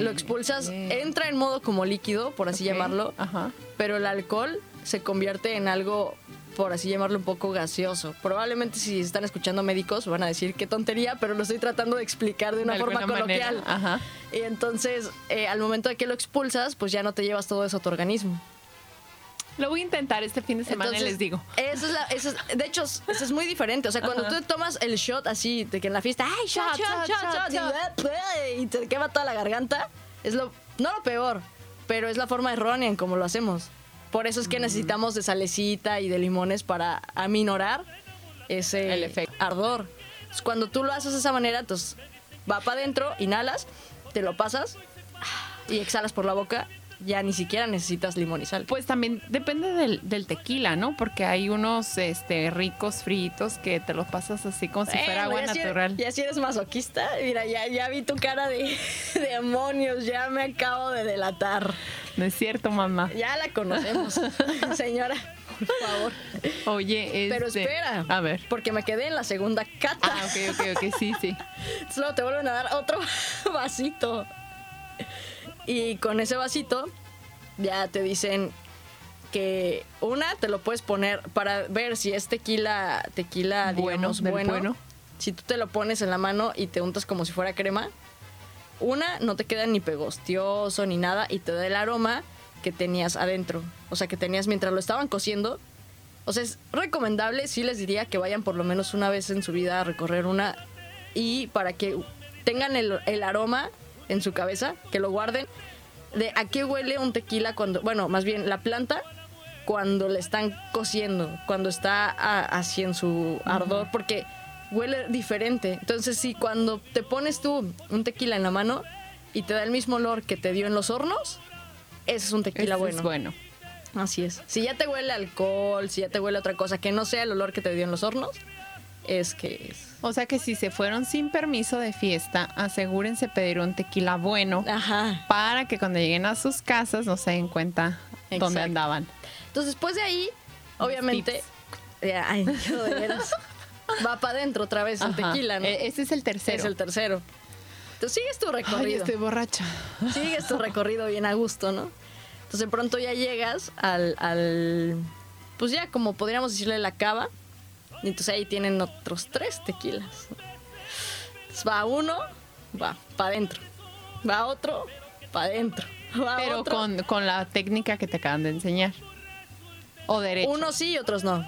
Speaker 2: Lo expulsas,
Speaker 1: ok.
Speaker 2: entra en modo como líquido, por así
Speaker 1: Ok, Ah.
Speaker 2: llamarlo.
Speaker 1: Ajá.
Speaker 2: Pero el alcohol se convierte en algo, por así llamarlo, un poco gaseoso. Probablemente si están escuchando médicos van a decir qué tontería, pero lo estoy tratando de explicar de una forma
Speaker 1: alguna manera.
Speaker 2: coloquial.
Speaker 1: Ajá.
Speaker 2: Y entonces, eh, al momento de que lo expulsas, pues ya no te llevas todo eso a tu organismo.
Speaker 1: Lo voy a intentar este fin de semana,
Speaker 2: Entonces,
Speaker 1: les digo.
Speaker 2: Eso es la- eso es- de hecho, eso es muy diferente. O sea, cuando tú tomas el shot así, de que en la fiesta, ¡ay, shot, shot, shot, shot! y, eh, y te quema toda la garganta, es lo, no lo peor, pero es la forma errónea en cómo lo hacemos. Por eso es
Speaker 1: Mm.
Speaker 2: que necesitamos de salecita y de limones para aminorar ese
Speaker 1: El efecto.
Speaker 2: ardor. Entonces, cuando tú lo haces de esa manera, entonces va para adentro, inhalas, te lo pasas y exhalas por la boca, ya ni siquiera necesitas limón y sal.
Speaker 1: Pues también depende del, del tequila, ¿no? Porque hay unos este, ricos fritos que te los pasas así como si fuera
Speaker 2: Eh,
Speaker 1: agua
Speaker 2: ya si eres-
Speaker 1: natural.
Speaker 2: ya si eres masoquista, mira, ya, ya vi tu cara de demonios, ya me acabo de delatar.
Speaker 1: No es cierto, mamá.
Speaker 2: Ya la conocemos, señora, por favor.
Speaker 1: Oye,
Speaker 2: Pero
Speaker 1: este-
Speaker 2: espera,
Speaker 1: A ver.
Speaker 2: porque me quedé en la segunda cata.
Speaker 1: Ah, ok, ok, ok, sí, sí.
Speaker 2: Solo te vuelven a dar otro vasito. Y con ese vasito ya te dicen que una te lo puedes poner para ver si es tequila, tequila
Speaker 1: Bueno,
Speaker 2: Ah, digamos,
Speaker 1: del
Speaker 2: bueno.
Speaker 1: bueno.
Speaker 2: Si tú te lo pones en la mano y te untas como si fuera crema, una no te queda ni pegostioso ni nada y te da el aroma que tenías adentro, o sea, que tenías mientras lo estaban cociendo. O sea, es recomendable, sí les diría que vayan por lo menos una vez en su vida a recorrer una y para que tengan el, el aroma en su cabeza, que lo guarden, de a qué huele un tequila cuando, bueno, más bien la planta cuando le están cociendo, cuando está a- así en su ardor, porque huele diferente. Entonces, si cuando te pones tú un tequila en la mano y te da el mismo olor que te dio en los hornos, ese es un tequila
Speaker 1: Ese
Speaker 2: bueno.
Speaker 1: Es bueno.
Speaker 2: Así es. Si ya te huele a alcohol, si ya te huele a otra cosa que no sea el olor que te dio en los hornos, es que es.
Speaker 1: O sea que si se fueron sin permiso de fiesta, asegúrense pedir un tequila
Speaker 2: Ah.
Speaker 1: bueno
Speaker 2: Ajá.
Speaker 1: para que cuando lleguen a sus casas no se den cuenta dónde
Speaker 2: Exacto.
Speaker 1: andaban.
Speaker 2: Entonces, después de ahí, obviamente. Eh, Ay, yo de veras. Eh, Va para adentro otra vez el
Speaker 1: Ajá.
Speaker 2: tequila, ¿no?
Speaker 1: E- Ese es el tercero.
Speaker 2: Es el tercero. Entonces sigues tu
Speaker 1: Ay,
Speaker 2: recorrido.
Speaker 1: estoy borracha.
Speaker 2: Sigues tu recorrido bien a gusto, ¿no? Entonces de pronto ya llegas al, al- Pues ya, como podríamos decirle, la cava. Y entonces ahí tienen otros tres tequilas. Entonces va uno, va para adentro. Va otro, para adentro. Va
Speaker 1: Pero
Speaker 2: Ah, otro.
Speaker 1: con, con la técnica que te acaban de enseñar. O derecho.
Speaker 2: Unos sí y otros no.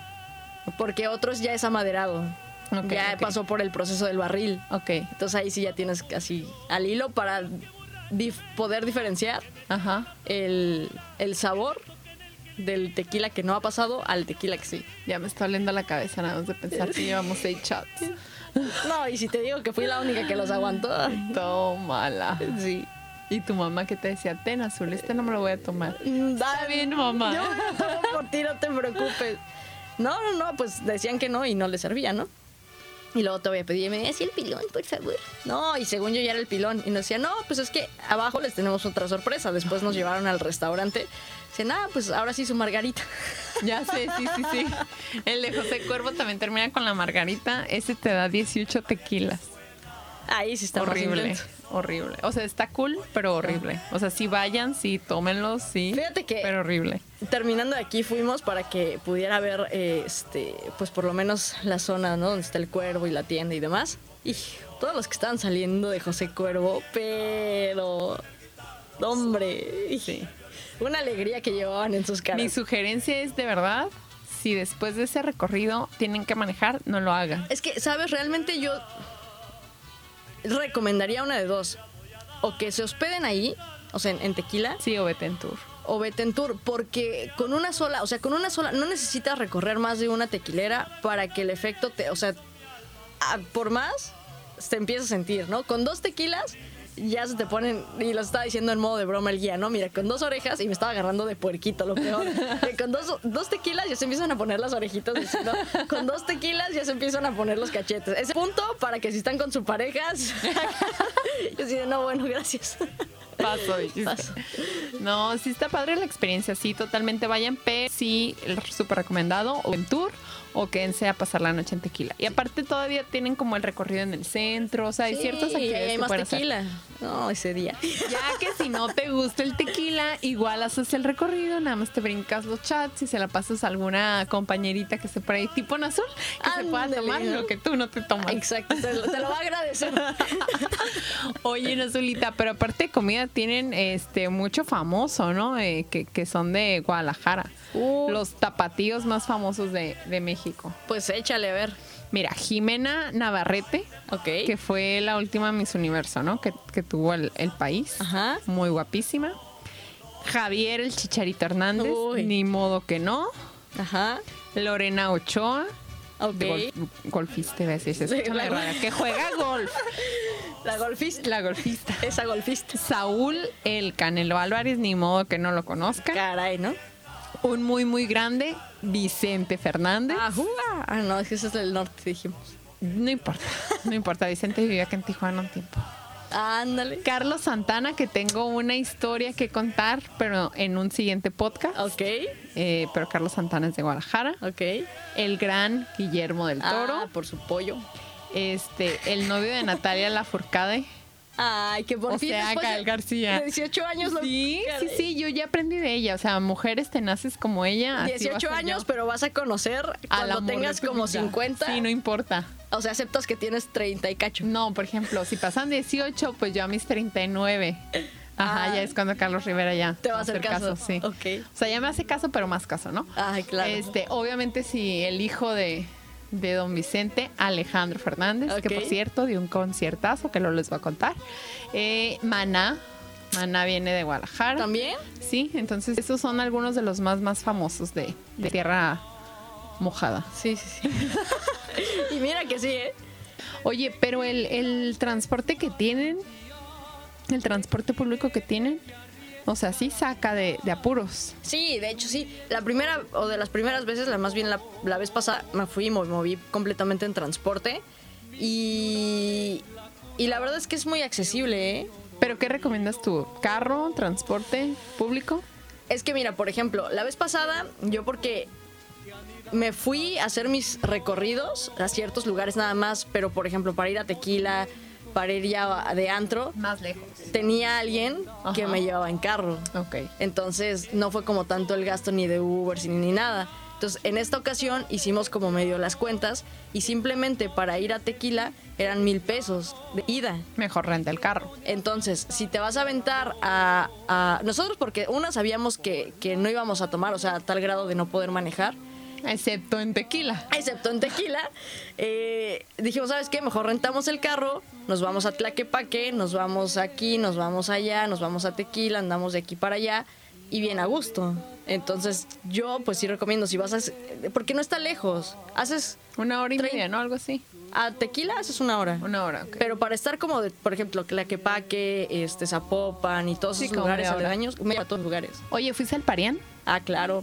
Speaker 2: Porque otros ya es amaderado.
Speaker 1: Ok,
Speaker 2: ya
Speaker 1: ok.
Speaker 2: pasó por el proceso del barril.
Speaker 1: Ok.
Speaker 2: Entonces ahí sí ya tienes así al hilo para dif- poder diferenciar
Speaker 1: Ajá.
Speaker 2: el, el sabor del tequila que no ha pasado al tequila que sí.
Speaker 1: Ya me está oliendo la cabeza nada más de pensar que llevamos seis shots.
Speaker 2: No, y si te digo que fui la única que los aguantó.
Speaker 1: Tómala.
Speaker 2: Sí.
Speaker 1: Y tu mamá que te decía, ten azul, este no me lo voy a tomar.
Speaker 2: Está
Speaker 1: bien, mamá.
Speaker 2: Yo me lo tomo por ti, no te preocupes. No, no, no, pues decían que no y no le servía, ¿no? Y luego todavía pedí, me decía el pilón, por favor. No, y según yo ya era el pilón. Y nos decía, no, pues es que abajo les tenemos otra sorpresa. Después nos llevaron al restaurante. Dicen, ah, pues ahora sí su margarita.
Speaker 1: Ya sé, sí, sí, sí. El de José Cuervo también termina con la margarita. Ese te da 18 tequilas.
Speaker 2: Ahí sí está más
Speaker 1: horrible.
Speaker 2: intenso.
Speaker 1: Horrible. O sea, está cool, pero horrible. O sea, sí vayan, sí, tómenlos, sí.
Speaker 2: Fíjate que-
Speaker 1: Pero horrible.
Speaker 2: terminando de aquí fuimos para que pudiera ver eh, este pues por lo menos la zona ¿no? donde está el cuervo y la tienda y demás y todos los que estaban saliendo de José Cuervo pero hombre
Speaker 1: Sí.
Speaker 2: una alegría que llevaban en sus
Speaker 1: Mi
Speaker 2: caras
Speaker 1: sugerencia es, de verdad, si después de ese recorrido tienen que manejar, no lo hagan.
Speaker 2: es que sabes realmente yo recomendaría una de dos o que se hospeden ahí o sea en- en Tequila
Speaker 1: Sí, o vete en tour.
Speaker 2: o vete en tour, porque con una sola, o sea, con una sola, no necesitas recorrer más de una tequilera para que el efecto te, o sea, a- por más, te empieza a sentir, ¿no? Con dos tequilas ya se te ponen, y lo estaba diciendo en modo de broma el guía, ¿no? Mira, con dos orejas y me estaba agarrando de puerquito, lo peor. Que con dos, dos tequilas ya se empiezan a poner las orejitas, diciendo, con dos tequilas ya se empiezan a poner los cachetes. Ese punto para que si están con su pareja, yo decía, no, bueno, gracias.
Speaker 1: Paso, dijiste.
Speaker 2: Paso.
Speaker 1: No, sí está padre la experiencia, sí, totalmente vayan, pero sí, el- súper recomendado, o en tour, o quédense a pasar la noche en tequila. Y aparte todavía tienen como el recorrido en el centro, o sea, hay ciertas
Speaker 2: Sí, y ahí
Speaker 1: actividades
Speaker 2: hay
Speaker 1: que
Speaker 2: más
Speaker 1: pueden hacer.
Speaker 2: tequila. No, ese día.
Speaker 1: Ya que si no te gusta el tequila, igual haces el recorrido, nada más te brincas los chats y se la pasas a alguna compañerita que esté por ahí, tipo en azul, que se pueda
Speaker 2: Ándale,
Speaker 1: tomar
Speaker 2: ¿no?
Speaker 1: lo que tú no te tomas.
Speaker 2: Exacto, te lo, te lo va a agradecer.
Speaker 1: Oye, en Azulita, pero aparte de comida tienen este mucho famoso, ¿no? Eh, que, que son de Guadalajara.
Speaker 2: Uh.
Speaker 1: Los tapatíos más famosos de, de México.
Speaker 2: Pues échale, a ver.
Speaker 1: Mira, Jimena Navarrete,
Speaker 2: Ok.
Speaker 1: que fue la última Miss Universo, ¿no? Que, que tuvo el, el país.
Speaker 2: Ajá.
Speaker 1: Muy guapísima. Javier el Chicharito Hernández,
Speaker 2: Uy.
Speaker 1: ni modo que no.
Speaker 2: Ajá.
Speaker 1: Lorena Ochoa.
Speaker 2: Ok.
Speaker 1: de gol- golfista, iba a decir, se
Speaker 2: Sí,
Speaker 1: escucha
Speaker 2: la
Speaker 1: muy
Speaker 2: gol-
Speaker 1: raro, que juega golf.
Speaker 2: La golfista.
Speaker 1: La golfista.
Speaker 2: Esa golfista.
Speaker 1: Saúl el Canelo Álvarez, ni modo que no lo conozca.
Speaker 2: Caray, ¿no?
Speaker 1: Un muy, muy grande, Vicente Fernández.
Speaker 2: Ajú. Ah, no, es que ese es el norte, dijimos.
Speaker 1: No importa, no importa, Vicente vivió acá en Tijuana un tiempo.
Speaker 2: Ándale.
Speaker 1: Carlos Santana, que tengo una historia que contar, pero en un siguiente podcast.
Speaker 2: Ok,
Speaker 1: Eh, pero Carlos Santana es de Guadalajara.
Speaker 2: ok.
Speaker 1: El gran Guillermo del Toro.
Speaker 2: Ah, por su pollo.
Speaker 1: Este, el novio de Natalia Lafourcade.
Speaker 2: Ay, que por
Speaker 1: O
Speaker 2: fin
Speaker 1: sea,
Speaker 2: después de-
Speaker 1: Gael García.
Speaker 2: De 18 años lo
Speaker 1: Sí, sí, sí, yo ya aprendí de ella. O sea, mujeres tenaces como ella. así va a
Speaker 2: 18
Speaker 1: ser
Speaker 2: años,
Speaker 1: yo.
Speaker 2: pero vas a conocer
Speaker 1: Al
Speaker 2: cuando
Speaker 1: amor de
Speaker 2: tengas
Speaker 1: tu
Speaker 2: como
Speaker 1: vida.
Speaker 2: 50.
Speaker 1: Sí, no importa.
Speaker 2: O sea, aceptas que tienes 30 y cacho.
Speaker 1: No, por ejemplo, si pasan 18, pues yo a mis 39. Ajá,
Speaker 2: Ah.
Speaker 1: ya es cuando Carlos Rivera ya
Speaker 2: Te va a hacer caso.
Speaker 1: sí.
Speaker 2: Ok.
Speaker 1: O sea, ya me hace caso, pero más caso, ¿no?
Speaker 2: Ay, claro.
Speaker 1: Este, obviamente si el hijo de, de don Vicente, Alejandro Fernández, que por
Speaker 2: Ok.
Speaker 1: cierto dio un conciertazo que lo les voy a contar. Eh, Maná, Maná viene de Guadalajara.
Speaker 2: ¿También?
Speaker 1: Sí, entonces esos son algunos de los más más famosos de, de Tierra Mojada.
Speaker 2: Sí, sí, sí. y mira que sí, ¿eh?
Speaker 1: Oye, pero el, el transporte que tienen, el transporte público que tienen, o sea, sí saca de, de apuros.
Speaker 2: Sí, de hecho sí. La primera, o de las primeras veces, la más bien la, la vez pasada, me fui y me moví completamente en transporte. Y, y la verdad es que es muy accesible, ¿eh?
Speaker 1: Pero ¿qué recomiendas tú? ¿Carro, transporte público?
Speaker 2: Es que mira, por ejemplo, la vez pasada yo porque me fui a hacer mis recorridos a ciertos lugares nada más, pero por ejemplo para ir a tequila, para ir ya de antro,
Speaker 1: Más lejos.
Speaker 2: tenía alguien que
Speaker 1: Ajá.
Speaker 2: me llevaba en carro.
Speaker 1: Ok.
Speaker 2: Entonces no fue como tanto el gasto ni de Uber ni, ni nada. Entonces en esta ocasión hicimos como medio las cuentas y simplemente para ir a tequila eran mil pesos de ida.
Speaker 1: Mejor renta el carro.
Speaker 2: Entonces, si te vas a aventar a... a- nosotros, porque una sabíamos que, que no íbamos a tomar, o sea, a tal grado de no poder manejar,
Speaker 1: Excepto en tequila.
Speaker 2: excepto en tequila, eh, dijimos, ¿sabes qué? Mejor rentamos el carro, nos vamos a Tlaquepaque, nos vamos aquí, nos vamos allá, nos vamos a tequila, andamos de aquí para allá y bien a gusto. Entonces, yo pues sí recomiendo, si vas a... Porque no está lejos, haces...
Speaker 1: Una hora y
Speaker 2: Trein-
Speaker 1: media, ¿no? Algo así.
Speaker 2: A tequila haces una hora.
Speaker 1: Una hora, ok.
Speaker 2: Pero para estar como, de, por ejemplo, Tlaquepaque, este, Zapopan y todos
Speaker 1: Sí,
Speaker 2: esos
Speaker 1: como
Speaker 2: lugares
Speaker 1: media hora.
Speaker 2: aledaños, media hora a todos lugares.
Speaker 1: Oye, ¿fuiste al Parián?
Speaker 2: Ah, claro.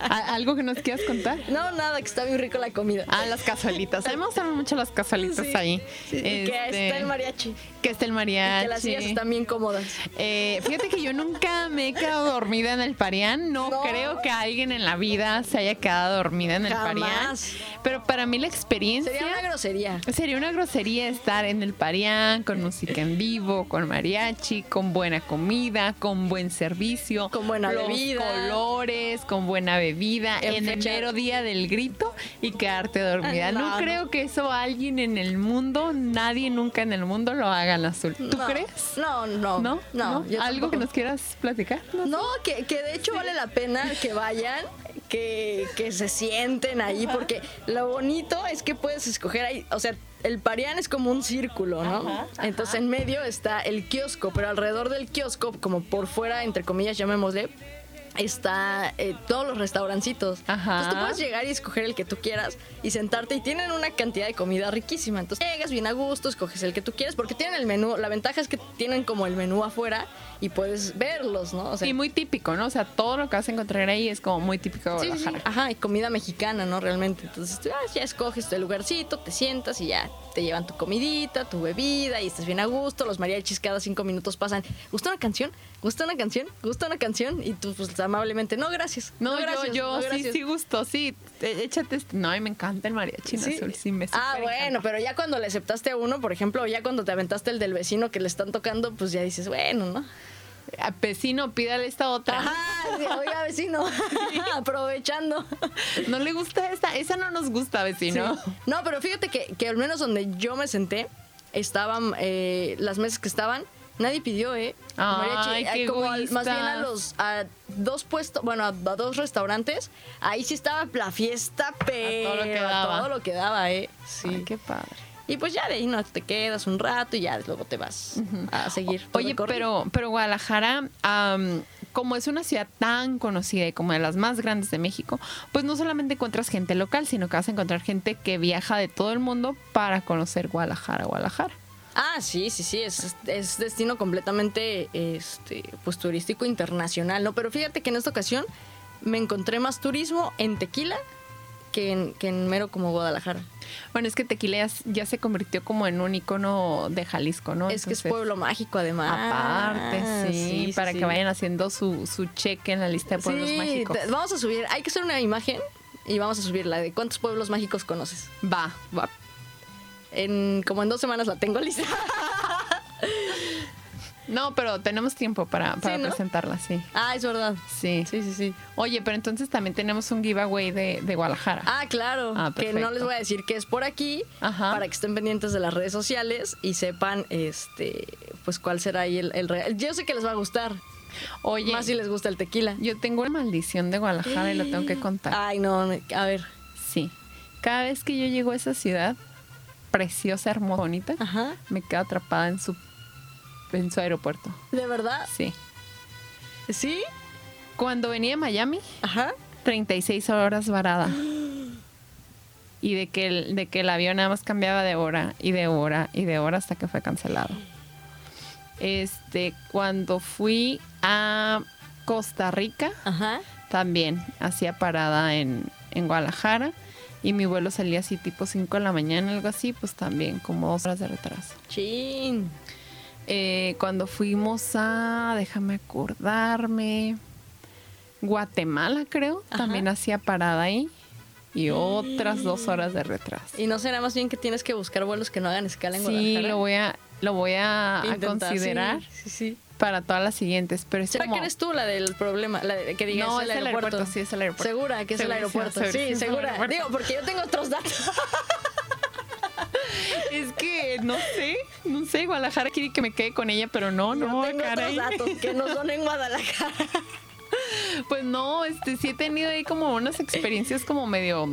Speaker 1: ¿A- ¿Algo que nos quieras contar?
Speaker 2: No, nada, que está bien rico la comida.
Speaker 1: Ah, las cazuelitas. A mí me gustan mucho las cazuelitas
Speaker 2: Sí,
Speaker 1: ahí.
Speaker 2: Sí, y que
Speaker 1: Este,
Speaker 2: está el mariachi.
Speaker 1: Que está el
Speaker 2: Y
Speaker 1: mariachi.
Speaker 2: que las sillas están bien cómodas.
Speaker 1: Eh, fíjate que yo nunca me he quedado dormida en el Parián. No,
Speaker 2: No.
Speaker 1: creo que alguien en la vida se haya quedado dormida en el Parián.
Speaker 2: Jamás.
Speaker 1: Pero para mí la experiencia
Speaker 2: Sería una grosería.
Speaker 1: sería una grosería estar en el Parián con música en vivo, con mariachi, con buena comida, con buen servicio,
Speaker 2: Con buena
Speaker 1: los
Speaker 2: bebida.
Speaker 1: colores, con buena bebida,
Speaker 2: En
Speaker 1: en, el
Speaker 2: fecha-
Speaker 1: mero día del grito y quedarte dormida.
Speaker 2: Ah,
Speaker 1: no,
Speaker 2: no, no.
Speaker 1: creo que eso alguien en el mundo, nadie nunca en el mundo lo haga en azul. ¿Tú
Speaker 2: No.
Speaker 1: crees?
Speaker 2: No, no.
Speaker 1: ¿No?
Speaker 2: No, yo
Speaker 1: ¿Algo que nos
Speaker 2: tampoco.
Speaker 1: quieras platicar?
Speaker 2: No, que, que de hecho vale la pena que vayan, que, que se sienten ahí, porque lo bonito es que puedes escoger ahí, o sea, el parián es como un círculo, ¿no? Entonces en medio está el kiosco, pero alrededor del kiosco, como por fuera, entre comillas, llamémosle, está eh, todos los restaurancitos.
Speaker 1: Ajá.
Speaker 2: Entonces tú puedes llegar y escoger el que tú quieras y sentarte y tienen una cantidad de comida riquísima. Entonces llegas bien a gusto, escoges el que tú quieres porque tienen el menú. La ventaja es que tienen como el menú afuera y puedes verlos, ¿no? O sea,
Speaker 1: Y muy típico, ¿no? O sea, todo lo que vas a encontrar ahí es como muy típico de
Speaker 2: sí, Ah, sí, sí.
Speaker 1: Guadalajara.
Speaker 2: Ajá, y comida mexicana, ¿no? Realmente. Entonces tú ah, ya escoges tu lugarcito, te sientas y ya te llevan tu comidita, tu bebida y estás bien a gusto. Los mariachis cada cinco minutos pasan. ¿Gusta una canción? ¿Gusta una canción? ¿Gusta una canción? Y tú pues amablemente, no, gracias.
Speaker 1: No,
Speaker 2: gracias,
Speaker 1: yo, yo
Speaker 2: no,
Speaker 1: sí,
Speaker 2: gracias".
Speaker 1: sí gusto, sí. Eh, Échate este. No, ay, me encanta el mariachi en
Speaker 2: Sí.
Speaker 1: azul, sí me
Speaker 2: Ah,
Speaker 1: súper
Speaker 2: bueno,
Speaker 1: encanta.
Speaker 2: pero ya cuando le aceptaste a uno, por ejemplo, ya cuando te aventaste el del vecino que le están tocando, pues ya dices, bueno, ¿no?
Speaker 1: A vecino, pídale esta otra.
Speaker 2: Ajá, sí, oiga, vecino, aprovechando.
Speaker 1: No le gusta esta, esa no nos gusta, vecino.
Speaker 2: Sí. No, pero fíjate que, que al menos donde yo me senté, estaban eh, las mesas que estaban, nadie pidió, ¿eh?
Speaker 1: Ay,
Speaker 2: eh,
Speaker 1: qué
Speaker 2: como al- más bien a
Speaker 1: egoístas.
Speaker 2: los a dos puestos, bueno, a, a dos restaurantes, ahí sí estaba la fiesta, pero
Speaker 1: lo que daba.
Speaker 2: todo lo que daba, ¿eh? Sí.
Speaker 1: Ay, qué padre.
Speaker 2: Y pues ya de ahí no te quedas un rato y ya luego te vas a seguir. tu
Speaker 1: Oye,
Speaker 2: recorrido.
Speaker 1: pero, pero Guadalajara, am, como es una ciudad tan conocida y como de las más grandes de México, pues no solamente encuentras gente local, sino que vas a encontrar gente que viaja de todo el mundo para conocer Guadalajara, Guadalajara.
Speaker 2: Ah, sí, sí, sí, es, es destino completamente este, pues, turístico internacional, ¿no? Pero fíjate que en esta ocasión me encontré más turismo en Tequila que en, que en mero como Guadalajara.
Speaker 1: Bueno, es que Tequila ya, ya se convirtió como en un icono de Jalisco, ¿no?
Speaker 2: es que es
Speaker 1: Ah, Entonces,
Speaker 2: pueblo mágico además.
Speaker 1: Aparte, sí, para
Speaker 2: sí.
Speaker 1: que vayan haciendo su, su cheque en la lista de pueblos
Speaker 2: Sí,
Speaker 1: mágicos.
Speaker 2: te- vamos a subir, hay que hacer una imagen y vamos a subirla de cuántos pueblos mágicos conoces.
Speaker 1: Va, va.
Speaker 2: En, como en dos semanas la tengo lista.
Speaker 1: No, pero tenemos tiempo para, para
Speaker 2: ¿no?
Speaker 1: presentarla, sí.
Speaker 2: Ah, es verdad.
Speaker 1: Sí.
Speaker 2: Sí, sí, sí.
Speaker 1: Oye, pero entonces también tenemos un giveaway de, de Guadalajara.
Speaker 2: Ah, claro.
Speaker 1: Ah,
Speaker 2: que
Speaker 1: perfecto.
Speaker 2: no les voy a decir que es por aquí,
Speaker 1: Ajá.
Speaker 2: para que estén pendientes de las redes sociales y sepan, este, pues cuál será ahí el, el real. Yo sé que les va a gustar,
Speaker 1: Oye,
Speaker 2: más si les gusta el tequila.
Speaker 1: yo tengo una maldición de Guadalajara y lo tengo que contar.
Speaker 2: Ay, no, me- a ver.
Speaker 1: Sí. Cada vez que yo llego a esa ciudad, preciosa, hermosa, bonita,
Speaker 2: Ajá.
Speaker 1: me quedo atrapada en su, en su aeropuerto.
Speaker 2: ¿De verdad?
Speaker 1: Sí.
Speaker 2: ¿Sí?
Speaker 1: Cuando venía de Miami,
Speaker 2: Ajá.
Speaker 1: 36 horas varada. Y de que, el, de que el avión nada más cambiaba de hora y de hora y de hora hasta que fue cancelado. Este, cuando fui a Costa Rica,
Speaker 2: Ajá.
Speaker 1: también hacía parada en, en Guadalajara y mi vuelo salía así tipo 5 de la mañana, algo así, pues también como dos horas de retraso.
Speaker 2: Chin.
Speaker 1: Eh, cuando fuimos a, déjame acordarme, Guatemala creo,
Speaker 2: Ajá. Mm.
Speaker 1: también hacía parada ahí y otras dos horas de retraso.
Speaker 2: ¿Y no será más bien que tienes que buscar vuelos que no hagan escala en
Speaker 1: Sí,
Speaker 2: Guadalajara?
Speaker 1: lo voy a, lo voy a, a
Speaker 2: Intentar, sí,
Speaker 1: considerar
Speaker 2: Sí, sí.
Speaker 1: para todas las siguientes, pero es
Speaker 2: ¿Será
Speaker 1: como-
Speaker 2: que eres tú la del problema? La de- que digas
Speaker 1: No, es el aeropuerto, sí, es el aeropuerto.
Speaker 2: Segura que es el
Speaker 1: Segurísima,
Speaker 2: aeropuerto. Sí,
Speaker 1: segurísima,
Speaker 2: segura.
Speaker 1: aeropuerto.
Speaker 2: Digo, porque yo tengo otros datos.
Speaker 1: Es que no sé, no sé, Guadalajara quiere que me quede con ella, pero
Speaker 2: Oh,
Speaker 1: no, no,
Speaker 2: Yo tengo
Speaker 1: caray.
Speaker 2: otros datos que no son en Guadalajara.
Speaker 1: Pues no, este sí he tenido ahí como unas experiencias como medio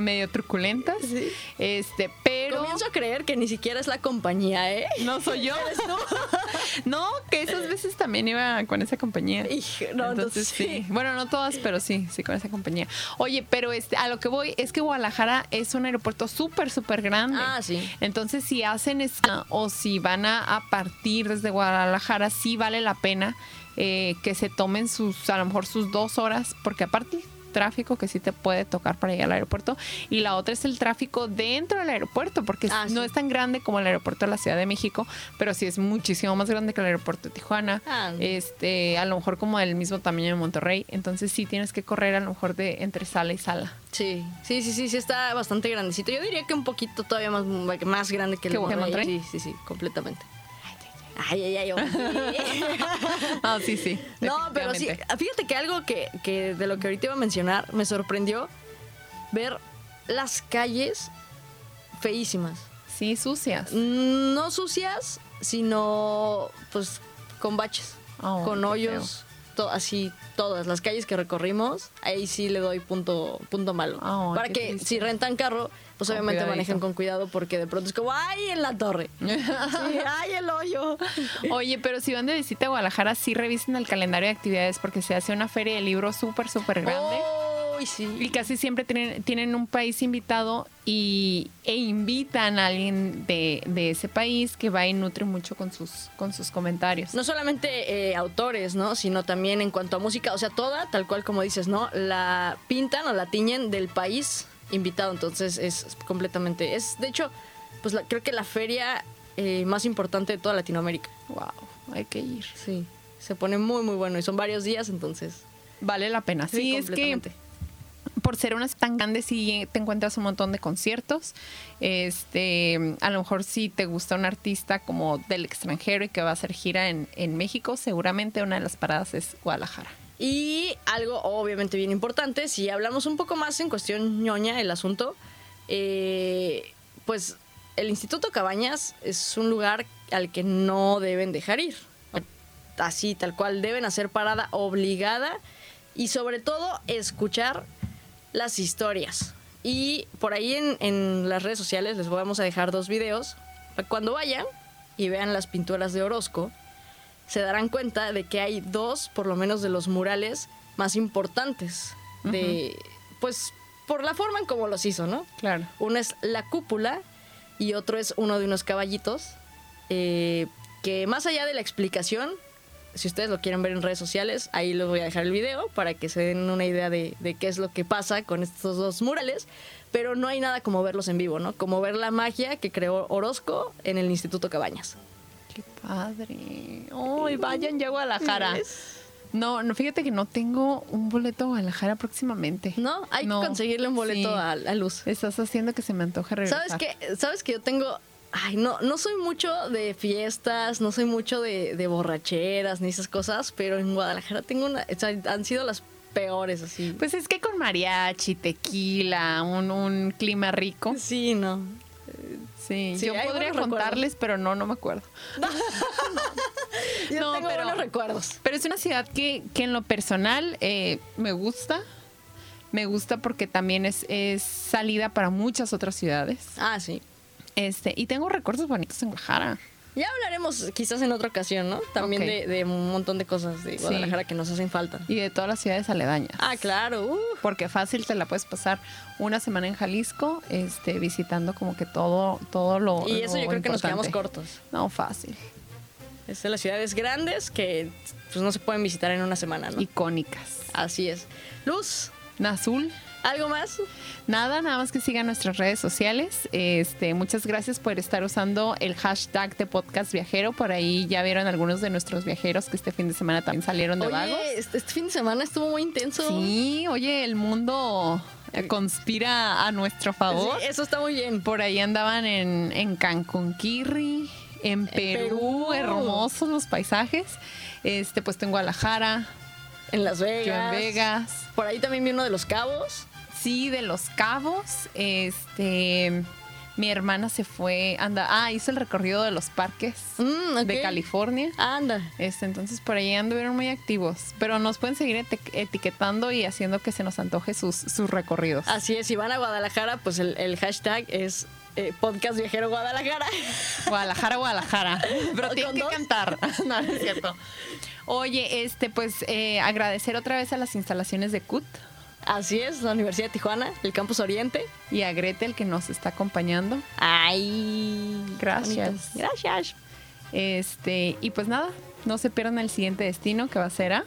Speaker 1: medio truculentas.
Speaker 2: Sí.
Speaker 1: Este, pero
Speaker 2: Comienzo a creer que ni siquiera es la compañía, ¿eh?
Speaker 1: no soy yo. No, que esas veces también iba con esa compañía.
Speaker 2: Hijo, Eh. no, entonces sí.
Speaker 1: Bueno, no todas, pero sí, sí con esa compañía. Oye, pero este, a lo que voy es que Guadalajara es un aeropuerto súper, súper grande.
Speaker 2: Ah, sí.
Speaker 1: Entonces, si hacen escala o si van a, a partir desde Guadalajara, sí vale la pena eh, que se tomen sus, a lo mejor sus dos horas, porque aparte el tráfico que sí te puede tocar para llegar al aeropuerto y la otra es el tráfico dentro del aeropuerto porque
Speaker 2: Ah,
Speaker 1: no
Speaker 2: sí.
Speaker 1: es tan grande como el aeropuerto de la Ciudad de México pero sí es muchísimo más grande que el aeropuerto de Tijuana
Speaker 2: Ah.
Speaker 1: este a lo mejor como del mismo tamaño de Monterrey entonces sí tienes que correr a lo mejor de entre sala y sala
Speaker 2: Sí, sí, sí, sí, sí, está bastante grandecito. Yo diría que un poquito todavía más, más grande que el
Speaker 1: ¿Que
Speaker 2: de
Speaker 1: Monterrey?
Speaker 2: Monterrey. Sí, sí, sí, completamente. Ay, ay, ay. oye.
Speaker 1: ah sí sí
Speaker 2: No, pero sí,
Speaker 1: definitivamente.
Speaker 2: fíjate que algo que, que de lo que ahorita iba a mencionar me sorprendió ver las calles feísimas.
Speaker 1: sí sucias
Speaker 2: mm, No sucias, sino pues con baches,
Speaker 1: Ay,
Speaker 2: con
Speaker 1: Ah, qué
Speaker 2: hoyos, to- así todas las calles que recorrimos, ahí sí le doy punto punto malo.
Speaker 1: Ah, Ay,
Speaker 2: Para
Speaker 1: qué
Speaker 2: que
Speaker 1: triste. Oh,
Speaker 2: si rentan carro, pues
Speaker 4: Con
Speaker 2: obviamente
Speaker 4: cuidadito.
Speaker 2: manejen con cuidado porque de pronto es como, ¡ay, en la torre! Sí, ¡ay, el hoyo!
Speaker 1: Oye, pero si van de visita a Guadalajara, sí revisen el calendario de actividades porque se hace una feria de libros súper, súper grande.
Speaker 2: Oh. ¡Uy, sí!
Speaker 1: Y casi siempre tienen, tienen un país invitado y, e invitan a alguien de, de ese país que va y nutre mucho con sus, con sus comentarios.
Speaker 2: No solamente eh, autores, ¿no? Sino también en cuanto a música, o sea, toda, tal cual como dices, ¿no? La pintan o la tiñen del país invitado, entonces es completamente... Es, de hecho, pues la- creo que la feria eh, más importante de toda Latinoamérica.
Speaker 1: Wow, hay que ir.
Speaker 2: Sí, se pone muy, muy bueno y son varios días, entonces...
Speaker 1: Vale la pena. Sí, es que
Speaker 2: completamente.
Speaker 1: por ser unas tan grandes sí eh, te encuentras un montón de conciertos. Este, a lo mejor si te gusta un artista como del extranjero y que va a hacer gira en, en México, seguramente una de las paradas es Guadalajara.
Speaker 2: Y algo obviamente bien importante, si hablamos un poco más en cuestión ñoña el asunto, eh, pues el Instituto Cabañas es un lugar al que no deben dejar ir. Así, tal cual, deben hacer parada obligada y sobre todo escuchar las historias. Y por ahí en, en las redes sociales les vamos a dejar dos videos. Cuando vayan y vean las pinturas de Orozco, se darán cuenta de que hay dos, por lo menos, de los murales más importantes de, pues, por la forma en cómo los hizo, ¿no?
Speaker 1: Claro.
Speaker 2: Uno es la cúpula y otro es uno de unos caballitos eh, que más allá de la explicación, si ustedes lo quieren ver en redes sociales, ahí les voy a dejar el video para que se den una idea de, de qué es lo que pasa con estos dos murales, pero no hay nada como verlos en vivo, ¿no? Como ver la magia que creó Orozco en el Instituto Cabañas.
Speaker 1: Qué padre. Ay, vayan ya a Guadalajara. No, no, fíjate que no tengo un boleto a Guadalajara próximamente.
Speaker 2: ¿No? Hay que conseguirle un boleto
Speaker 1: Sí.
Speaker 2: a, a Luz.
Speaker 1: Estás haciendo que se me antoje regresar.
Speaker 2: ¿Sabes qué? ¿Sabes que yo tengo... Ay, no, no soy mucho de fiestas, no soy mucho de, de borracheras ni esas cosas, pero en Guadalajara tengo una... o sea, han sido las peores, así.
Speaker 1: Pues es que con mariachi, tequila, un, un clima rico.
Speaker 2: sí, no.
Speaker 1: Sí,
Speaker 2: Sí,
Speaker 1: yo
Speaker 2: hay
Speaker 1: podría
Speaker 2: buenos recuerdos.
Speaker 1: contarles, pero no, no me acuerdo.
Speaker 2: Yo
Speaker 1: No,
Speaker 2: tengo
Speaker 1: pero-
Speaker 2: buenos recuerdos.
Speaker 1: Pero es una ciudad que, que en lo personal eh, me gusta. Me gusta porque también es, es salida para muchas otras ciudades.
Speaker 2: Ah, sí.
Speaker 1: Este, y tengo recuerdos bonitos en Guadalajara.
Speaker 2: Ya hablaremos quizás en otra ocasión, ¿no? También
Speaker 1: Ok.
Speaker 2: de, de un montón de cosas de Guadalajara que nos hacen falta.
Speaker 1: Y de todas las ciudades aledañas.
Speaker 2: Ah, claro. uh.
Speaker 1: Porque fácil te la puedes pasar una semana en Jalisco, este, visitando como que todo, todo lo.
Speaker 2: Y eso
Speaker 1: lo
Speaker 2: yo creo que nos
Speaker 1: importante.
Speaker 2: quedamos cortos.
Speaker 1: No, fácil.
Speaker 2: Es de las ciudades grandes que pues, no se pueden visitar en una semana, ¿no?
Speaker 1: Icónicas.
Speaker 2: Así es. Luz,
Speaker 1: Nazul.
Speaker 2: ¿algo más?
Speaker 1: Nada, nada más que sigan nuestras redes sociales. Este, muchas gracias por estar usando el hashtag de podcast viajero. Por ahí ya vieron algunos de nuestros viajeros que este fin de semana también salieron de
Speaker 2: Oye,
Speaker 1: vagos.
Speaker 2: Este, este fin de semana estuvo muy intenso.
Speaker 1: Sí, oye, el mundo eh, conspira a nuestro favor.
Speaker 2: Sí, eso está muy bien.
Speaker 1: Por ahí andaban en, en Cancún, Kirri, en Perú,
Speaker 2: Perú.
Speaker 1: hermosos los paisajes. Este, pues en Guadalajara,
Speaker 2: En Las Vegas.
Speaker 1: yo en Vegas.
Speaker 2: Por ahí también vi uno de los cabos.
Speaker 1: Sí, de los cabos. Este, mi hermana se fue, anda, ah, hizo el recorrido de los parques
Speaker 2: Mm, ok.
Speaker 1: de California.
Speaker 2: Anda.
Speaker 1: Este, entonces por ahí anduvieron muy activos, pero nos pueden seguir ete- etiquetando y haciendo que se nos antoje sus, sus recorridos.
Speaker 2: Así es, si van a Guadalajara, pues el, el hashtag es eh, Podcast Viajero Guadalajara.
Speaker 1: Guadalajara, Guadalajara. Pero
Speaker 2: ¿Con
Speaker 1: tienen que
Speaker 2: dos?
Speaker 1: cantar. No, no es cierto. Oye, este, pues eh, agradecer otra vez a las instalaciones de CUT
Speaker 2: Así es, la Universidad de Tijuana, el Campus Oriente.
Speaker 1: y a Gretel que nos está acompañando.
Speaker 2: Ay.
Speaker 1: Gracias.
Speaker 2: bonito. Gracias.
Speaker 1: Este, y pues nada, no se pierdan el siguiente destino que va a ser a,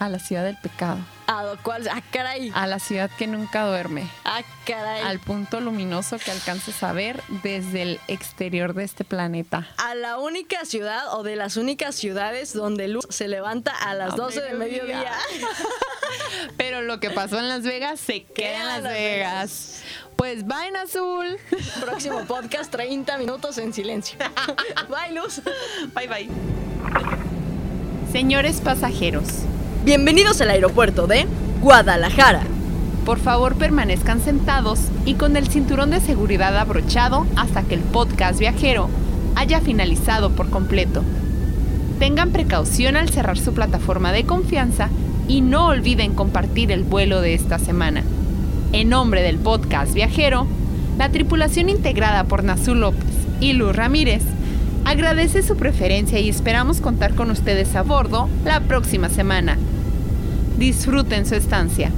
Speaker 1: a la ciudad del pecado,
Speaker 2: A lo cual, ah, caray.
Speaker 1: a la ciudad que nunca duerme,
Speaker 2: Ah, caray.
Speaker 1: al punto luminoso que alcances a ver desde el exterior de este planeta.
Speaker 2: A la única ciudad o de las únicas ciudades donde Luz se levanta a las
Speaker 1: A
Speaker 2: 12 de
Speaker 1: mediodía.
Speaker 2: mediodía.
Speaker 1: Pero lo que pasó en Las Vegas se queda en Las Vegas. Pues va en azul.
Speaker 2: Próximo podcast, 30 minutos en silencio. Bye, Luz.
Speaker 1: Bye bye. Señores pasajeros,
Speaker 2: Bienvenidos al aeropuerto de Guadalajara.
Speaker 1: por favor permanezcan sentados y con el cinturón de seguridad abrochado hasta que el podcast viajero haya finalizado por completo. Tengan precaución al cerrar su plataforma de confianza y no olviden compartir el vuelo de esta semana. En nombre del podcast Viajero, la tripulación integrada por Nazú López y Luz Ramírez agradece su preferencia y esperamos contar con ustedes a bordo la próxima semana. Disfruten su estancia.